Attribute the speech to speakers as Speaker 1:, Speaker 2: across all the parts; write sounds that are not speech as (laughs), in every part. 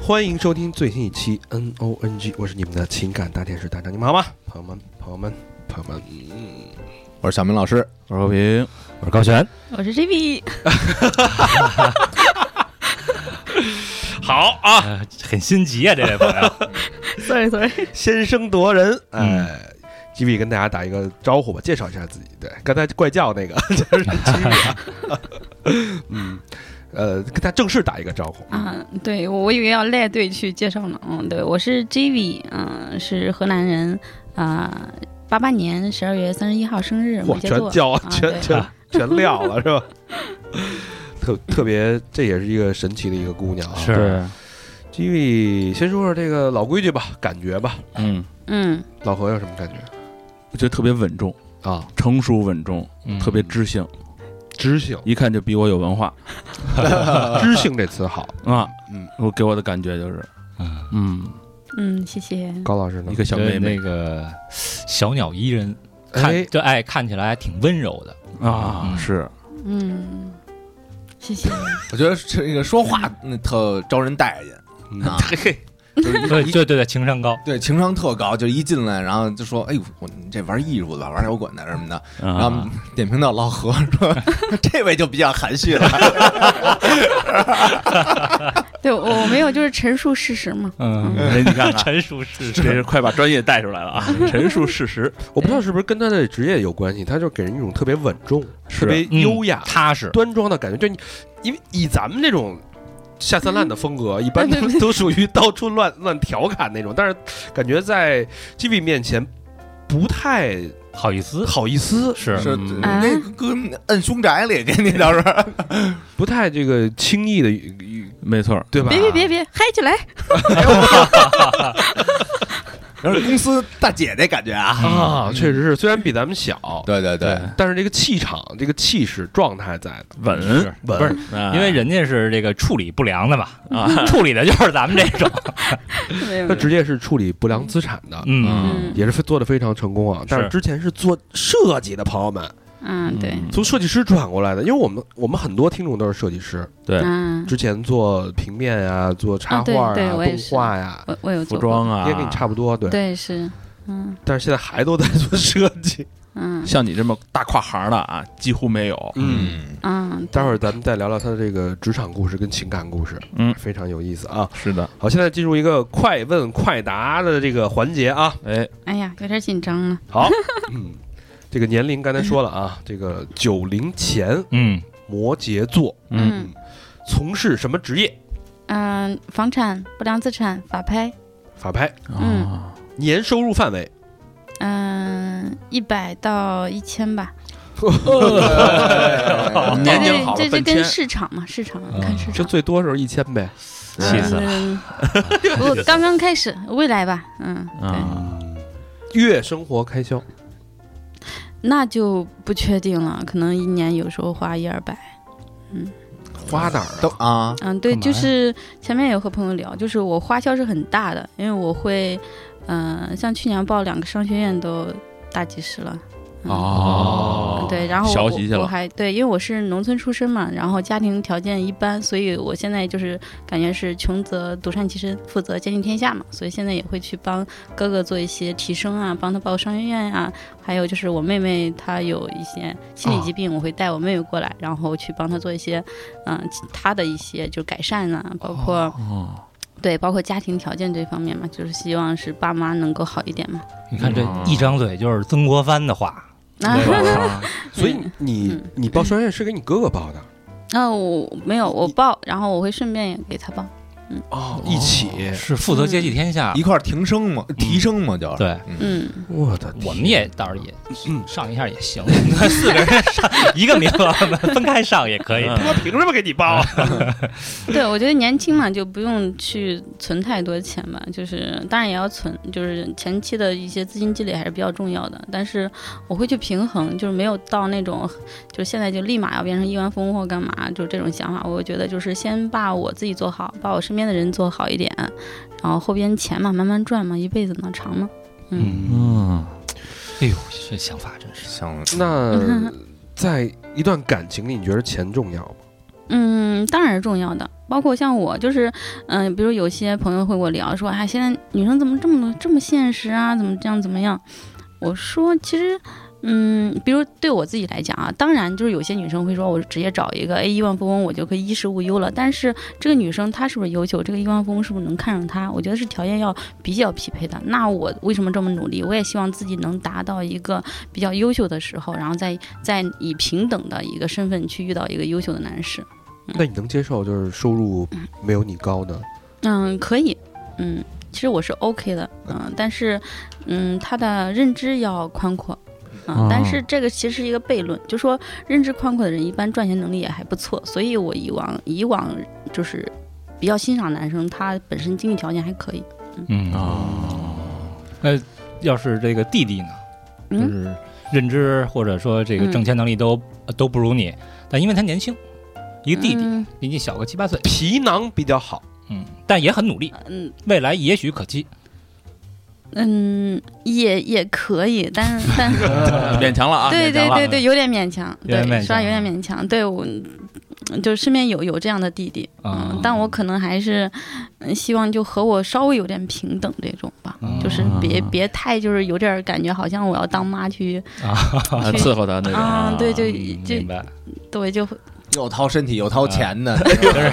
Speaker 1: 欢迎收听最新一期 N O N G，我是你们的情感大天使大张，你们好吗？朋友们，朋友们，朋友们，
Speaker 2: 我是小明老师，
Speaker 3: 我是和平，
Speaker 2: 我是高璇。
Speaker 4: 我
Speaker 1: (laughs)
Speaker 4: 是 JB，
Speaker 1: 好啊，
Speaker 3: 啊，很心急啊，这位朋
Speaker 2: (laughs)
Speaker 3: 友。
Speaker 4: sorry sorry，
Speaker 1: 先声夺人，
Speaker 3: 嗯
Speaker 1: 哎。吉比跟大家打一个招呼吧，介绍一下自己。对，刚才怪叫那个 (laughs) 就是吉比啊， (laughs) 嗯，呃，跟他正式打一个招呼。
Speaker 4: 啊，对我我以为要赖队去介绍呢，嗯，对我是 JB，嗯、是河南人，啊、8八八年十二月三十一号生日，
Speaker 1: 哇，
Speaker 4: 摩羯
Speaker 1: 全
Speaker 4: 座，
Speaker 1: 叫
Speaker 4: 啊，
Speaker 1: 全
Speaker 4: 对
Speaker 1: 全全撂了是吧？ (laughs) 特特别，这也是一个神奇的一个姑娘啊。
Speaker 3: 是
Speaker 2: 对，
Speaker 1: 吉比，先说说这个老规矩吧，感觉吧，
Speaker 2: 嗯，
Speaker 4: 嗯，
Speaker 1: 老何有什么感觉
Speaker 2: 我觉得特别稳重，
Speaker 1: 啊？
Speaker 2: 成熟稳重，
Speaker 3: 嗯
Speaker 2: 特别知性，
Speaker 1: 知性，
Speaker 2: 一看就比我有文化
Speaker 1: 知性这词好。
Speaker 2: 啊。
Speaker 3: 嗯，
Speaker 2: 我给我的感觉就是，嗯，
Speaker 4: 嗯，谢谢。
Speaker 1: 高老师呢
Speaker 2: 一？个小
Speaker 3: 对
Speaker 2: 妹妹
Speaker 3: 那个小鸟依人，
Speaker 1: 哎
Speaker 3: 看就哎，看起来还挺温柔的。
Speaker 2: 啊，
Speaker 3: 嗯
Speaker 2: 是
Speaker 4: 嗯，谢
Speaker 1: (laughs)
Speaker 4: 谢。
Speaker 5: 我觉得这个说话那特招人待见
Speaker 1: 嗯
Speaker 5: 啊，
Speaker 1: 嘿，
Speaker 5: 就是
Speaker 3: (laughs) 对
Speaker 5: 一
Speaker 3: 对对对，情商高。
Speaker 5: 对情商特高，就一进来然后就说：“哎呦，我你这玩艺术的，玩摇滚的什么的。”然后
Speaker 2: 啊，
Speaker 5: 点评到老何 (laughs) 说：“这位就比较含蓄
Speaker 3: (laughs)
Speaker 5: 了。
Speaker 4: 对我我没有就是陈述事实嘛，
Speaker 3: 嗯，
Speaker 2: 哎，你看看，
Speaker 3: 陈熟是
Speaker 2: 这是快把专业带出来了啊， (laughs) 陈述事实，
Speaker 1: 我不知道是不是跟他的职业有关系，他就给人一种特别稳重、特别
Speaker 3: 嗯
Speaker 1: 优雅、
Speaker 3: 踏实。
Speaker 1: 端庄的感觉。就你，因为以咱们这种下三滥的风格，一般
Speaker 4: 对对
Speaker 1: 都都属于到处乱乱调侃那种，但是感觉在 G B 面前不太
Speaker 3: 好意思，
Speaker 1: 好意思，
Speaker 3: 是
Speaker 5: 说
Speaker 2: 嗯
Speaker 5: 那哥摁凶宅里给你到时候。
Speaker 1: 不太这个轻易的，
Speaker 2: 没错，
Speaker 1: 对吧？
Speaker 4: 别别别别，嗨起
Speaker 1: (laughs)
Speaker 4: 来！
Speaker 5: 然后公司大姐那感觉啊，
Speaker 1: 啊，确实是，虽然比咱们小，
Speaker 5: 对对对，
Speaker 1: 但是这个气场、这个气势、状态在的
Speaker 2: 稳，
Speaker 3: 是
Speaker 1: 稳
Speaker 3: 不是因为人家是这个处理不良的嘛，
Speaker 2: 啊，
Speaker 3: 处理的就是咱们这 (laughs) 种。
Speaker 4: 没有
Speaker 1: 他
Speaker 4: 没有
Speaker 1: 职业是处理不良资产的，
Speaker 3: 嗯，
Speaker 4: 嗯
Speaker 1: 也是非做的非常成功啊。但是
Speaker 3: 是
Speaker 1: 之前是做设计的朋友们，
Speaker 4: 嗯对
Speaker 1: 从设计师转过来的，因为我们我们很多听众都是设计师，
Speaker 2: 对
Speaker 4: 嗯，
Speaker 1: 之前做平面啊，做插画
Speaker 4: 啊
Speaker 1: 啊，
Speaker 4: 对对我也
Speaker 1: 动
Speaker 4: 是
Speaker 1: 画呀，
Speaker 4: 我我有
Speaker 2: 服
Speaker 4: 做过，
Speaker 2: 装啊，
Speaker 1: 也跟你差不多，对。
Speaker 4: 对是，嗯
Speaker 1: 但是现在还都在做设计，
Speaker 4: 嗯
Speaker 2: 像你这么大跨行的啊，几乎没有，
Speaker 5: 嗯，
Speaker 4: 嗯，
Speaker 1: 待会儿咱们再聊聊他的这个职场故事跟情感故事，
Speaker 2: 嗯
Speaker 1: 非常有意思啊。
Speaker 2: 是的，
Speaker 1: 好，现在进入一个快问快答的这个环节啊。
Speaker 2: 哎，
Speaker 4: 哎呀有点紧张了，
Speaker 1: 好，嗯，这个年龄刚才说了啊，这个九零前
Speaker 3: 嗯，
Speaker 1: 摩羯座，
Speaker 2: 嗯
Speaker 4: 嗯
Speaker 1: 从事什么职业？
Speaker 4: 嗯，房产、不良资产、法拍，
Speaker 1: 法拍，
Speaker 4: 嗯
Speaker 2: 啊，
Speaker 1: 年收入范围。
Speaker 4: 嗯，一百到一千吧。
Speaker 5: 年龄好
Speaker 4: 这
Speaker 5: 了
Speaker 4: 这
Speaker 5: 奔
Speaker 4: 跟
Speaker 5: 千，
Speaker 4: 市场嘛，市场
Speaker 3: 嗯
Speaker 4: 看市
Speaker 1: 就
Speaker 4: 场。
Speaker 1: 最多时候一千呗，
Speaker 3: 气死了。 (laughs)
Speaker 4: 了！我刚刚开始，未来吧，嗯，对，
Speaker 2: 啊，
Speaker 1: 月生活开销
Speaker 4: 那就不确定了，可能一年有时候花一二百。
Speaker 1: 花 (laughs) 哪儿啊？
Speaker 5: (laughs) 都啊，
Speaker 4: 嗯，对，
Speaker 3: 干嘛呀
Speaker 4: 就是前面有和朋友聊，就是我花销是很大的，因为我会，嗯，像去年报两个商学院都大几十了。
Speaker 2: 啊
Speaker 4: 嗯
Speaker 2: 哦
Speaker 4: 对，然后
Speaker 2: 学
Speaker 4: 我
Speaker 2: 习去
Speaker 4: 我
Speaker 2: 了，
Speaker 4: 还对，因为我是农村出身嘛，然后家庭条件一般，所以我现在就是感觉是穷则独善其身，富则兼济天下嘛，所以现在也会去帮哥哥做一些提升啊，帮他报商学院呀、还有就是我妹妹她有一些心
Speaker 2: 哦
Speaker 4: 理疾病，我会带我妹妹过来，然后去帮她做一些，嗯、其她的一些就改善啊，包括、
Speaker 2: 哦，
Speaker 4: 对，包括家庭条件这方面嘛，就是希望是爸妈能够好一点嘛。
Speaker 3: 你看这一张嘴就是曾国藩的话，
Speaker 4: 啊，
Speaker 1: (laughs) 所以你
Speaker 4: 嗯
Speaker 1: 你报双院是给你哥哥报的
Speaker 4: 呃那我没有，我报，然后我会顺便也给他报。
Speaker 1: 哦，一起，
Speaker 3: 是负责接济天下
Speaker 5: 一。块儿提升嘛，提升嘛叫。
Speaker 3: 对，
Speaker 5: 嗯，
Speaker 4: 嗯，
Speaker 1: 我的
Speaker 3: 我们也倒是也上一下也行，嗯 (laughs) 四个人上一个名额，我们分开上也可以。
Speaker 1: 我凭什么给你 (laughs) 报？
Speaker 4: 对，我觉得年轻嘛，就不用去存太多钱吧，就是当然也要存，就是前期的一些资金积累还是比较重要的。但是我会去平衡，就是没有到那种，就是现在就立马要变成亿万富翁或干嘛，就是这种想法。我觉得就是先把我自己做好，把我身边的人做好一点，然后后边钱嘛慢慢赚嘛，一辈子呢长嘛。嗯，
Speaker 2: 嗯，
Speaker 3: 哎呦，这想法真是
Speaker 5: 像
Speaker 1: (laughs) 那在一段感情里，你觉得钱重要吗？
Speaker 4: 嗯，当然是重要的。包括像我，就是，嗯、比如有些朋友会跟我聊说，哎，现在女生怎么这么这么现实啊？怎么这样怎么样？我说，其实，嗯，比如对我自己来讲啊，当然就是有些女生会说，我直接找一个哎亿万富翁，我就可以衣食无忧了。但是这个女生她是不是优秀？这个亿万富翁是不是能看上她？我觉得是条件要比较匹配的。那我为什么这么努力？我也希望自己能达到一个比较优秀的时候，然后再再以平等的一个身份去遇到一个优秀的男士。
Speaker 1: 那你能接受就是收入没有你高的？
Speaker 4: 嗯，可以，嗯，其实我是 OK 的，嗯，但是，嗯，他的认知要宽阔，嗯，
Speaker 3: 哦
Speaker 4: 但是这个其实是一个悖论，就说认知宽阔的人一般赚钱能力也还不错，所以我以往以往就是比较欣赏男生，他本身经济条件还可以，
Speaker 3: 嗯
Speaker 2: 哦，
Speaker 3: 那要是这个弟弟呢，就
Speaker 4: 嗯，
Speaker 3: 是认知或者说这个挣钱能力都都不如你，但因为他年轻，一个弟弟
Speaker 4: 嗯
Speaker 3: 比你小个七八岁，
Speaker 1: 皮囊比较好，
Speaker 3: 嗯，但也很努力，
Speaker 4: 嗯
Speaker 3: 未来也许可期。
Speaker 4: 嗯，也也可以，但是
Speaker 3: (laughs)
Speaker 4: 但
Speaker 2: 勉强了啊，
Speaker 4: 对
Speaker 2: 勉强
Speaker 4: 对
Speaker 2: 了
Speaker 4: 对对，有点勉强，
Speaker 3: 嗯有
Speaker 4: 对
Speaker 3: 点勉，
Speaker 4: 虽然有
Speaker 3: 强
Speaker 4: 点勉强，对我。就身边有有这样的弟弟，
Speaker 3: 啊
Speaker 4: 嗯，但我可能还是，嗯，希望就和我稍微有点平等这种吧，
Speaker 3: 啊
Speaker 4: 就是别别太就是有点感觉好像我要当妈去，
Speaker 2: 啊伺候他那种
Speaker 4: 啊，对，就
Speaker 3: 嗯明
Speaker 4: 就
Speaker 3: 白， (laughs)
Speaker 4: 对就
Speaker 5: 又掏身体又掏钱的，
Speaker 3: 就是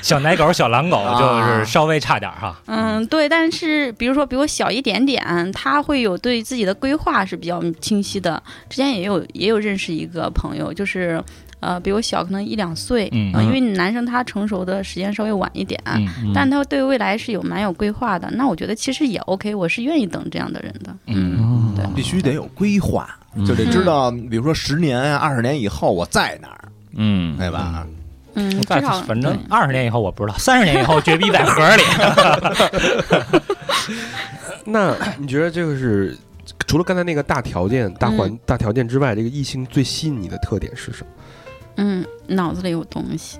Speaker 3: 小奶狗、小狼狗，就是
Speaker 5: 啊
Speaker 3: 稍微差点儿哈。
Speaker 4: 嗯，对，但是比如说比我小一点点，他会有对自己的规划是比较清晰的。之前也有也有认识一个朋友，就是呃比我小可能一两岁，
Speaker 3: 嗯
Speaker 4: 呃因为男生他成熟的时间稍微晚一点，
Speaker 3: 嗯
Speaker 4: 啊但他对未来是有蛮有规划的。那我觉得其实也 OK，我是愿意等这样的人的。
Speaker 3: 嗯，
Speaker 4: 对，
Speaker 5: (laughs) 必须得有规划，
Speaker 2: 嗯
Speaker 5: 就得知道，比如说十年啊、二十年以后我在哪儿，
Speaker 2: 嗯，
Speaker 5: 对吧？
Speaker 4: 嗯，
Speaker 3: 但
Speaker 4: 至少
Speaker 3: 反正
Speaker 4: 对
Speaker 3: 二十年以后我不知道，三十年以后绝逼在
Speaker 4: (laughs)
Speaker 3: 盒里。
Speaker 1: 那你觉得这个是除了刚才那个大条件、大环、大条件之外，这个异性最吸引你的特点是什么？
Speaker 4: 嗯脑子里有东西。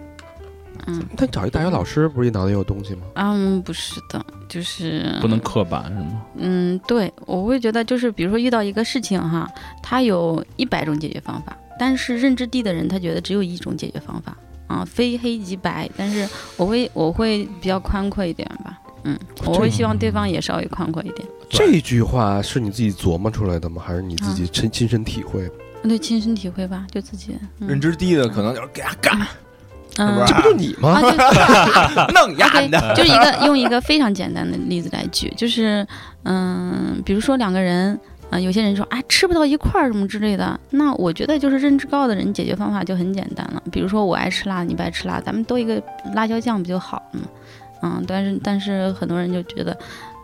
Speaker 4: 嗯
Speaker 1: 他找一大学老师，不是也脑袋有东西吗？
Speaker 4: 嗯，不是的，就是
Speaker 2: 不能刻板是吗？
Speaker 4: 嗯，对，我会觉得就是，比如说遇到一个事情哈，它有一百种解决方法，但是认知低的人他觉得只有一种解决方法啊，非黑即白。但是我会我会比较宽阔一点吧，嗯，我会希望对方也稍微宽阔一点。
Speaker 1: 这句话是你自己琢磨出来的吗？还是你自
Speaker 4: 啊
Speaker 1: 己亲亲身体会？
Speaker 4: 对，亲身体会吧，就自己，
Speaker 5: 认
Speaker 4: 嗯，
Speaker 5: 知低的可能就是给他干，是
Speaker 4: 嗯
Speaker 5: 不
Speaker 1: 这
Speaker 5: 是
Speaker 1: 不就你吗？
Speaker 4: 啊，对，
Speaker 5: 弄丫
Speaker 4: OK，
Speaker 5: 的。
Speaker 4: 就是一个用一个非常简单的例子来举，就是嗯，比如说两个人。啊、有些人说啊，吃不到一块儿什么之类的，那我觉得就是认知高的人解决方法就很简单了。比如说我爱吃辣，你不爱吃辣，咱们都一个辣椒酱不就好了吗？嗯，但是但是很多人就觉得，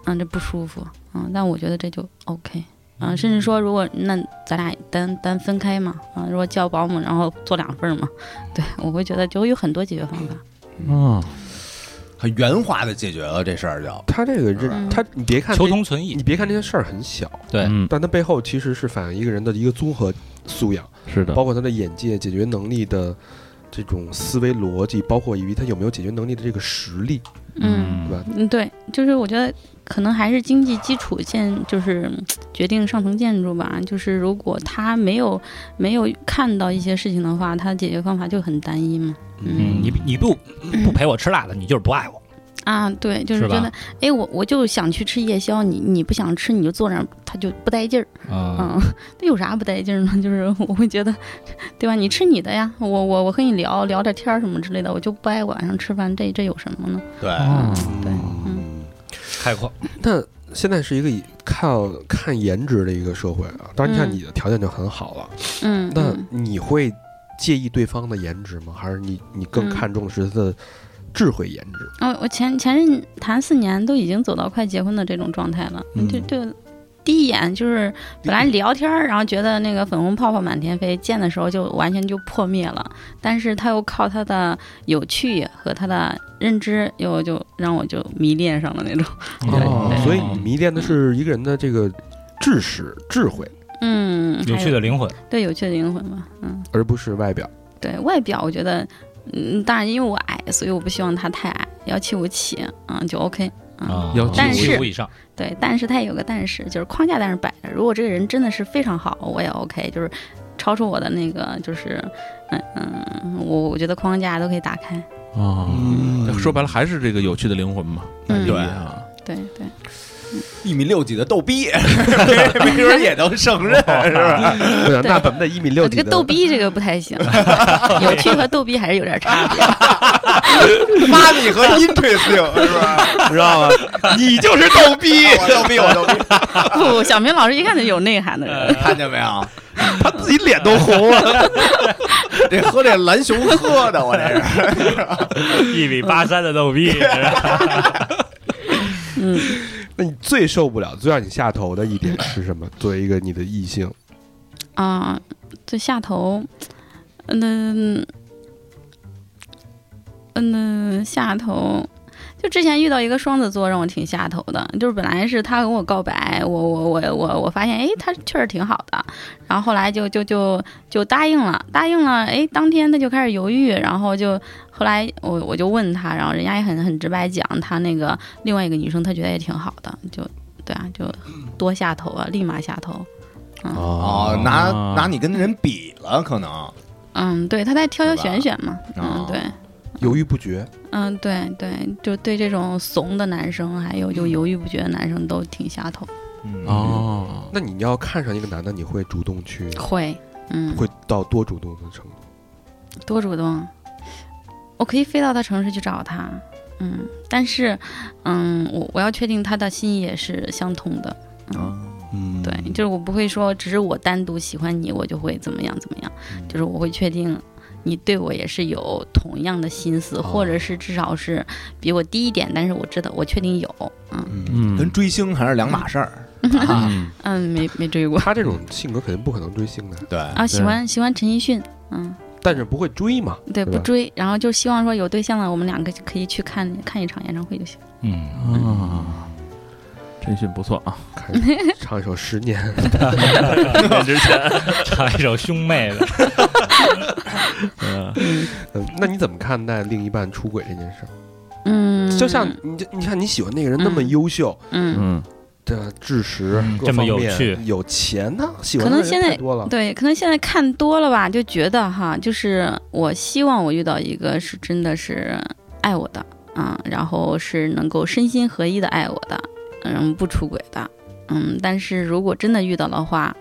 Speaker 4: 嗯，这不舒服，嗯，但我觉得这就 OK，嗯，甚至说如果那咱俩单单分开嘛，啊、如果叫保姆然后做两份儿嘛， (laughs) 对我会觉得就有很多解决方法。
Speaker 2: 嗯，
Speaker 5: 很圆滑的解决了这事儿就，
Speaker 1: 他这个
Speaker 4: 嗯
Speaker 1: 认他，你别看
Speaker 3: 求
Speaker 1: 这
Speaker 3: 同存异
Speaker 1: 你，别看这件事儿很小，
Speaker 3: 对
Speaker 2: 嗯，
Speaker 1: 但它背后其实是反映一个人的一个综合素养，
Speaker 2: 是的，
Speaker 1: 包括他的眼界、解决能力的这种思维逻辑，包括以及他有没有解决能力的这个实力，
Speaker 4: 嗯
Speaker 1: 对吧？
Speaker 4: 嗯，对，就是我觉得可能还是经济基础建，就是嗯决定上层建筑吧。就是如果他没有没有看到一些事情的话，他的解决方法就很单一嘛。
Speaker 3: 嗯，你你不不陪我吃辣的，你就是不爱我。
Speaker 4: 啊，对，就是是
Speaker 3: 吧
Speaker 4: 觉得，哎，我我就想去吃夜宵，你你不想吃，你就坐那儿，他就不带劲儿。
Speaker 3: 啊，
Speaker 4: 嗯， (laughs) 那有啥不带劲儿呢？就是我会觉得，对吧？你吃你的呀，我我我和你聊聊点天儿什么之类的，我就不爱晚上吃饭，这这有什么呢？
Speaker 5: 对，
Speaker 4: 对，嗯。
Speaker 3: 开阔，
Speaker 1: 但现在是一个以靠看颜值的一个社会啊，当然你看
Speaker 4: 嗯
Speaker 1: 你的条件就很好了，
Speaker 4: 嗯，
Speaker 1: 那
Speaker 4: 嗯
Speaker 1: 你会介意对方的颜值吗？还是你你更
Speaker 4: 嗯
Speaker 1: 看重的是他的智慧颜值，
Speaker 4: 哦我我前前任谈四年都已经走到快结婚的这种状态了，
Speaker 1: 嗯
Speaker 4: 就就第一眼就是本来聊天儿，然后觉得那个粉红泡泡满天飞，见的时候就完全就破灭了。但是他又靠他的有趣和他的认知，又就让我就迷恋上了那种。
Speaker 2: 哦
Speaker 1: 所以你迷恋的是一个人的这个知识、智慧，
Speaker 4: 嗯，
Speaker 3: (laughs) 有趣
Speaker 4: 还
Speaker 3: 的灵魂，
Speaker 4: 对有趣的灵魂嘛，嗯，
Speaker 1: 而不是外表。
Speaker 4: (laughs) 对外表我觉得，嗯，当然因为我矮，所以我不希望他太矮，幺七五起，嗯，就 OK，嗯。
Speaker 3: 啊
Speaker 1: 要
Speaker 4: 但是
Speaker 3: 五以上，
Speaker 4: 对，但是他也有个但是，就是框架在那儿摆着。如果这个人真的是非常好，我也 OK，就是超出我的那个，就是嗯嗯，我我觉得框架都可以打开。
Speaker 2: 啊，
Speaker 1: 嗯
Speaker 2: 说白了还是这个有趣的灵魂嘛。
Speaker 4: 嗯
Speaker 2: 对啊，
Speaker 4: 对对，
Speaker 5: 一米六几的逗 (laughs) 逼，没没准也能胜任，是 (laughs) 吧？
Speaker 1: 对啊，
Speaker 4: 对
Speaker 1: 那咱们的一米六
Speaker 4: 呃
Speaker 1: 几
Speaker 4: 这
Speaker 1: 的
Speaker 4: 个逗逼这个不
Speaker 1: (laughs)
Speaker 4: 太行，有趣和逗逼还是有点差别。
Speaker 5: 妈你和 interesting 是 (laughs) 吧？
Speaker 1: 知道吗？ (laughs)
Speaker 4: (laughs)
Speaker 5: 你就是逗逼，我逗逼，我逗逼，
Speaker 4: 不，小明老师一看就有内涵的人。
Speaker 5: (laughs) 看见没有？
Speaker 1: 他自己脸都红了。 (laughs)
Speaker 5: 这喝这蓝熊喝的，我
Speaker 1: (laughs)
Speaker 5: 这是。
Speaker 3: (laughs) 一米八三的 (laughs) 逗逼，
Speaker 4: 嗯，
Speaker 1: 那你最受不了、最让你下头的一点是什么？作为一个你的异性，
Speaker 4: 啊，这下头，嗯，嗯，下头。就之前遇到一个双子座，让我挺下头的。就是本来是他跟我告白，我我我我我发现，哎，他确实挺好的。然后后来就就就就答应了，答应了。哎，当天他就开始犹豫，然后就后来我我就问他，然后人家也很很直白讲，他那个另外一个女生，他觉得也挺好的，就对啊，就多下头啊，立马下头。啊
Speaker 5: 哦，拿
Speaker 2: 啊
Speaker 5: 拿你跟人比了，可能
Speaker 4: 嗯，对，他在挑挑
Speaker 5: 是吧
Speaker 4: 选选嘛。
Speaker 5: 哦
Speaker 4: 嗯，对，
Speaker 1: 犹豫不决，
Speaker 4: 嗯，对对，就对这种怂的男生，还有就犹豫不决的男生都挺下头。
Speaker 1: 嗯
Speaker 5: 嗯
Speaker 2: 哦，
Speaker 1: 那你要看上一个男的，你会主动去，
Speaker 4: 会，嗯，
Speaker 1: 会到多主动的程度？
Speaker 4: 多主动。我可以飞到他城市去找他，嗯，但是，嗯，我我要确定他的心意也是相同的。
Speaker 1: 嗯
Speaker 4: 对，就是我不会说只是我单独喜欢你，我就会怎么样怎么样，
Speaker 1: 嗯
Speaker 4: 就是我会确定你对我也是有同样的心思，或
Speaker 1: 哦
Speaker 4: 者是至少是比我低一点，但是我知道我确定有，嗯
Speaker 2: 嗯，
Speaker 5: 跟追星还是两码事儿。
Speaker 2: 嗯
Speaker 4: 嗯，没没追过
Speaker 1: 他这种性格肯定不可能追星的，
Speaker 5: 对，
Speaker 4: 啊，喜欢喜欢陈奕迅，嗯，
Speaker 1: 但是不会追嘛？对
Speaker 4: 对，不
Speaker 1: 吧
Speaker 4: 追，然后就希望说有对象了，我们两个就可以去看看一场演唱会就行。
Speaker 3: 嗯，
Speaker 2: 啊，真心不错啊，
Speaker 1: 看唱一首《十年》， (laughs)
Speaker 3: 唱一首兄妹
Speaker 4: (laughs)
Speaker 3: 的，
Speaker 2: 嗯
Speaker 1: 嗯，那你怎么看待另一半出轨这件事儿？
Speaker 4: 嗯，
Speaker 1: 就像你这，你看你喜欢那个人那么
Speaker 4: 嗯
Speaker 1: 优秀，
Speaker 4: 嗯，
Speaker 2: 嗯
Speaker 1: 的知识
Speaker 3: 嗯
Speaker 1: 各
Speaker 3: 这么
Speaker 1: 方
Speaker 3: 有
Speaker 1: 面
Speaker 3: 趣
Speaker 1: 有钱呢，喜欢
Speaker 4: 可能
Speaker 1: 的人
Speaker 4: 现
Speaker 1: 太
Speaker 4: 在
Speaker 1: 多了，
Speaker 4: 对，可能现在看多了吧，就觉得哈，就是我希望我遇到一个是真的是爱我的啊、然后是能够身心合一的爱我的，嗯，不出轨的，嗯，但是如果真的遇到的话，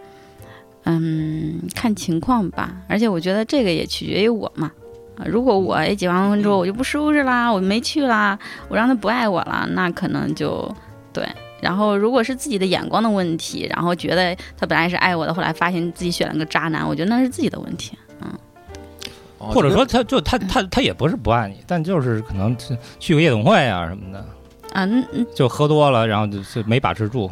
Speaker 4: 嗯，看情况吧，而且我觉得这个也取决于我嘛。啊，如果我也结完婚之后我就不收拾啦，我没去啦，我让他不爱我了，那可能就对。然后如果是自己的眼光的问题，然后觉得他本来是爱我的，后来发现自己选了个渣男，我觉得那是自己的问题。
Speaker 5: 哦
Speaker 3: 或者说他就他他他也不是不爱你，但就是可能去去个夜总会啊什么的，
Speaker 4: 啊，嗯 (laughs) 嗯
Speaker 3: 就喝多了，然后就就没把持住，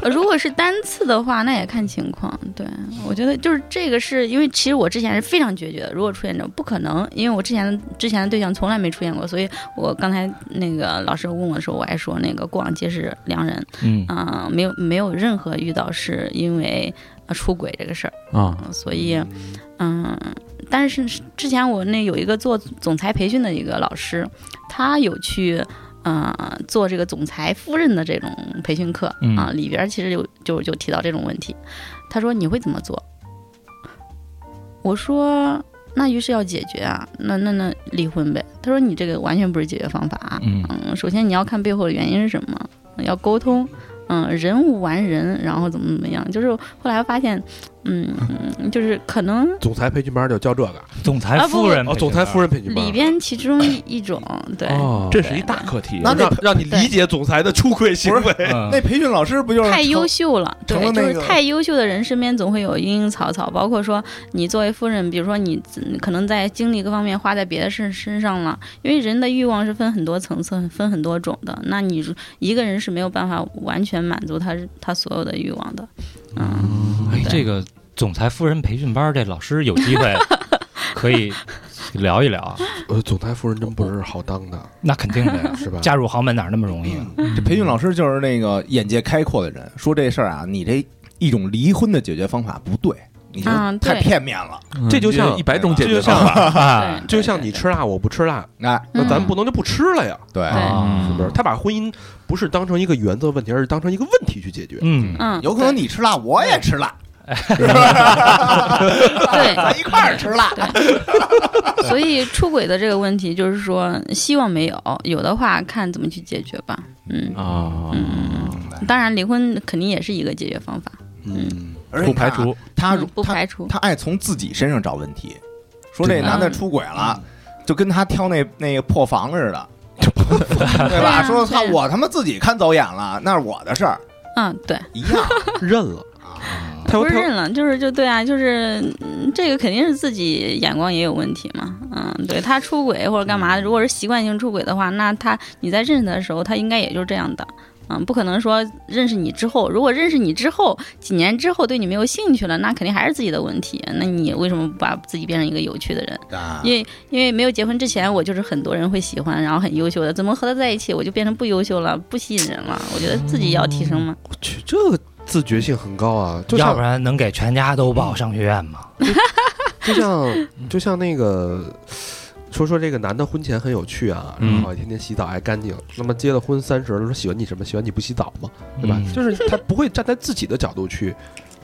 Speaker 4: 呃如果是单次的话，那也看情况。对我觉得就是这个是因为其实我之前是非常决绝的，如果出现这种不可能，因为我之前的之前的对象从来没出现过，所以我刚才那个老师问我的时候，我还说那个逛街是良人，
Speaker 3: 嗯，
Speaker 4: 嗯、没有没有任何遇到是因为呃出轨这个事儿。
Speaker 2: 啊，
Speaker 4: 所以，嗯，但是之前我那有一个做总裁培训的一个老师，他有去。呃，做这个总裁夫人的这种培训课啊、
Speaker 3: 嗯
Speaker 4: 里边儿其实有就就提到这种问题。他说你会怎么做？我说那于是要解决啊，那那那离婚呗。他说你这个完全不是解决方法啊、
Speaker 3: 嗯
Speaker 4: 嗯，首先你要看背后的原因是什么，要沟通。嗯，人无完人，然后怎么怎么样？就是后来发现，嗯，就是可能
Speaker 1: 总裁培训班就教这个，
Speaker 3: 总裁
Speaker 4: 啊不
Speaker 3: 夫人，
Speaker 1: 哦，总裁夫人培训班
Speaker 4: 里边其中一一
Speaker 5: (coughs)
Speaker 4: 种，对，
Speaker 1: 哦，
Speaker 2: 这是一大课题。
Speaker 5: 那
Speaker 1: 让
Speaker 5: 那
Speaker 1: 让你理解总裁的出轨行为，
Speaker 3: 嗯，
Speaker 5: 那培训老师不就是
Speaker 4: 太优
Speaker 5: 成
Speaker 4: 秀了，对，
Speaker 5: 成了那
Speaker 4: 就
Speaker 5: 个
Speaker 4: 是太优秀的人身边总会有阴阴草草，包括说你作为夫人，比如说你嗯可能在精力各方面花在别的事身上了，因为人的欲望是分很多层次、分很多种的， (coughs) 那你如一个人是没有办法完全满足他他所有的欲望的，嗯，
Speaker 3: 哎
Speaker 4: 对
Speaker 3: 这个总裁夫人培训班，这老师有机 (laughs) 会可以聊一聊 (laughs) 啊，
Speaker 1: 呃，总裁夫人真不是好当的，
Speaker 3: 那肯定的
Speaker 4: 嗯
Speaker 3: 呀，
Speaker 1: 是吧？
Speaker 3: 嫁入豪门哪儿那么容易啊？
Speaker 2: 嗯
Speaker 5: 这培训老师就是那个眼界开阔的人，说这事儿啊，你这一种离婚的解决方法不对，你就
Speaker 4: 啊对
Speaker 5: 太片面了。
Speaker 1: 嗯这就像
Speaker 5: 一百种
Speaker 1: 这
Speaker 5: 解
Speaker 1: 就
Speaker 5: 决
Speaker 1: 像
Speaker 5: 方
Speaker 3: 啊，
Speaker 4: 对
Speaker 1: 就像你吃辣，我不吃辣，
Speaker 5: 哎，
Speaker 1: 那咱
Speaker 4: 嗯
Speaker 1: 不能就不吃了呀，哎
Speaker 5: 对，
Speaker 4: 对
Speaker 3: 啊
Speaker 1: 是不是？他把婚姻不是当成一个原则问题，而是当成一个问题去解决。
Speaker 3: 嗯，
Speaker 4: 嗯，
Speaker 5: 有可能你吃辣，我也吃辣，
Speaker 4: 对。
Speaker 5: (laughs)
Speaker 4: 对
Speaker 5: 咱一块儿吃辣。
Speaker 4: (laughs) 所以出轨的这个问题，就是说希望没有，有的话看怎么去解决吧。嗯，
Speaker 2: 啊，
Speaker 5: 哎
Speaker 4: 当然离婚肯定也是一个解决方法，
Speaker 1: 嗯，
Speaker 5: 而且
Speaker 2: 不
Speaker 5: 你看啊
Speaker 2: 排除
Speaker 5: 他
Speaker 4: 嗯
Speaker 5: 如
Speaker 4: 不
Speaker 5: 他
Speaker 4: 排除。
Speaker 5: 他爱从自己身上找问题，说这
Speaker 2: 对
Speaker 5: 男的出轨了，就跟他挑那那个破房似的，对吧？
Speaker 4: 对啊
Speaker 5: 说
Speaker 4: 对
Speaker 5: 他
Speaker 4: 啊
Speaker 5: 我他妈自己看走眼了，那是我的事儿，
Speaker 4: 嗯，对。
Speaker 5: 一样。
Speaker 1: 哎认了，他
Speaker 4: 不
Speaker 1: 有
Speaker 4: 是
Speaker 1: 他有
Speaker 4: 认了，就是就对啊，就是嗯这个肯定是自己眼光也有问题嘛。嗯，对他出轨或者干
Speaker 5: 嗯
Speaker 4: 嘛的，如果是习惯性出轨的话，那他你在认识他的时候，他应该也就是这样的。嗯，不可能说认识你之后，如果认识你之后几年之后对你没有兴趣了，那肯定还是自己的问题。那你为什么不把自己变成一个有趣的人？
Speaker 5: 啊
Speaker 4: 因为因为没有结婚之前，我就是很多人会喜欢，然后很优秀的，怎么和他在一起，我就变成不优秀了，不吸引人了？我觉得自己要提升嘛。
Speaker 1: 我去，这个自觉性很高啊，就
Speaker 3: 要
Speaker 1: 像
Speaker 3: 不然能给全家都报商学院吗？
Speaker 1: 就像
Speaker 3: (laughs)
Speaker 1: 就像那个。说说这个男的婚前很有趣啊，
Speaker 2: 嗯
Speaker 1: 然后天天洗澡爱干净。那么结了婚三十了，说喜欢你什么？喜欢你不洗澡吗？对吧？
Speaker 3: 嗯
Speaker 1: 就是他不会站在自己的角度去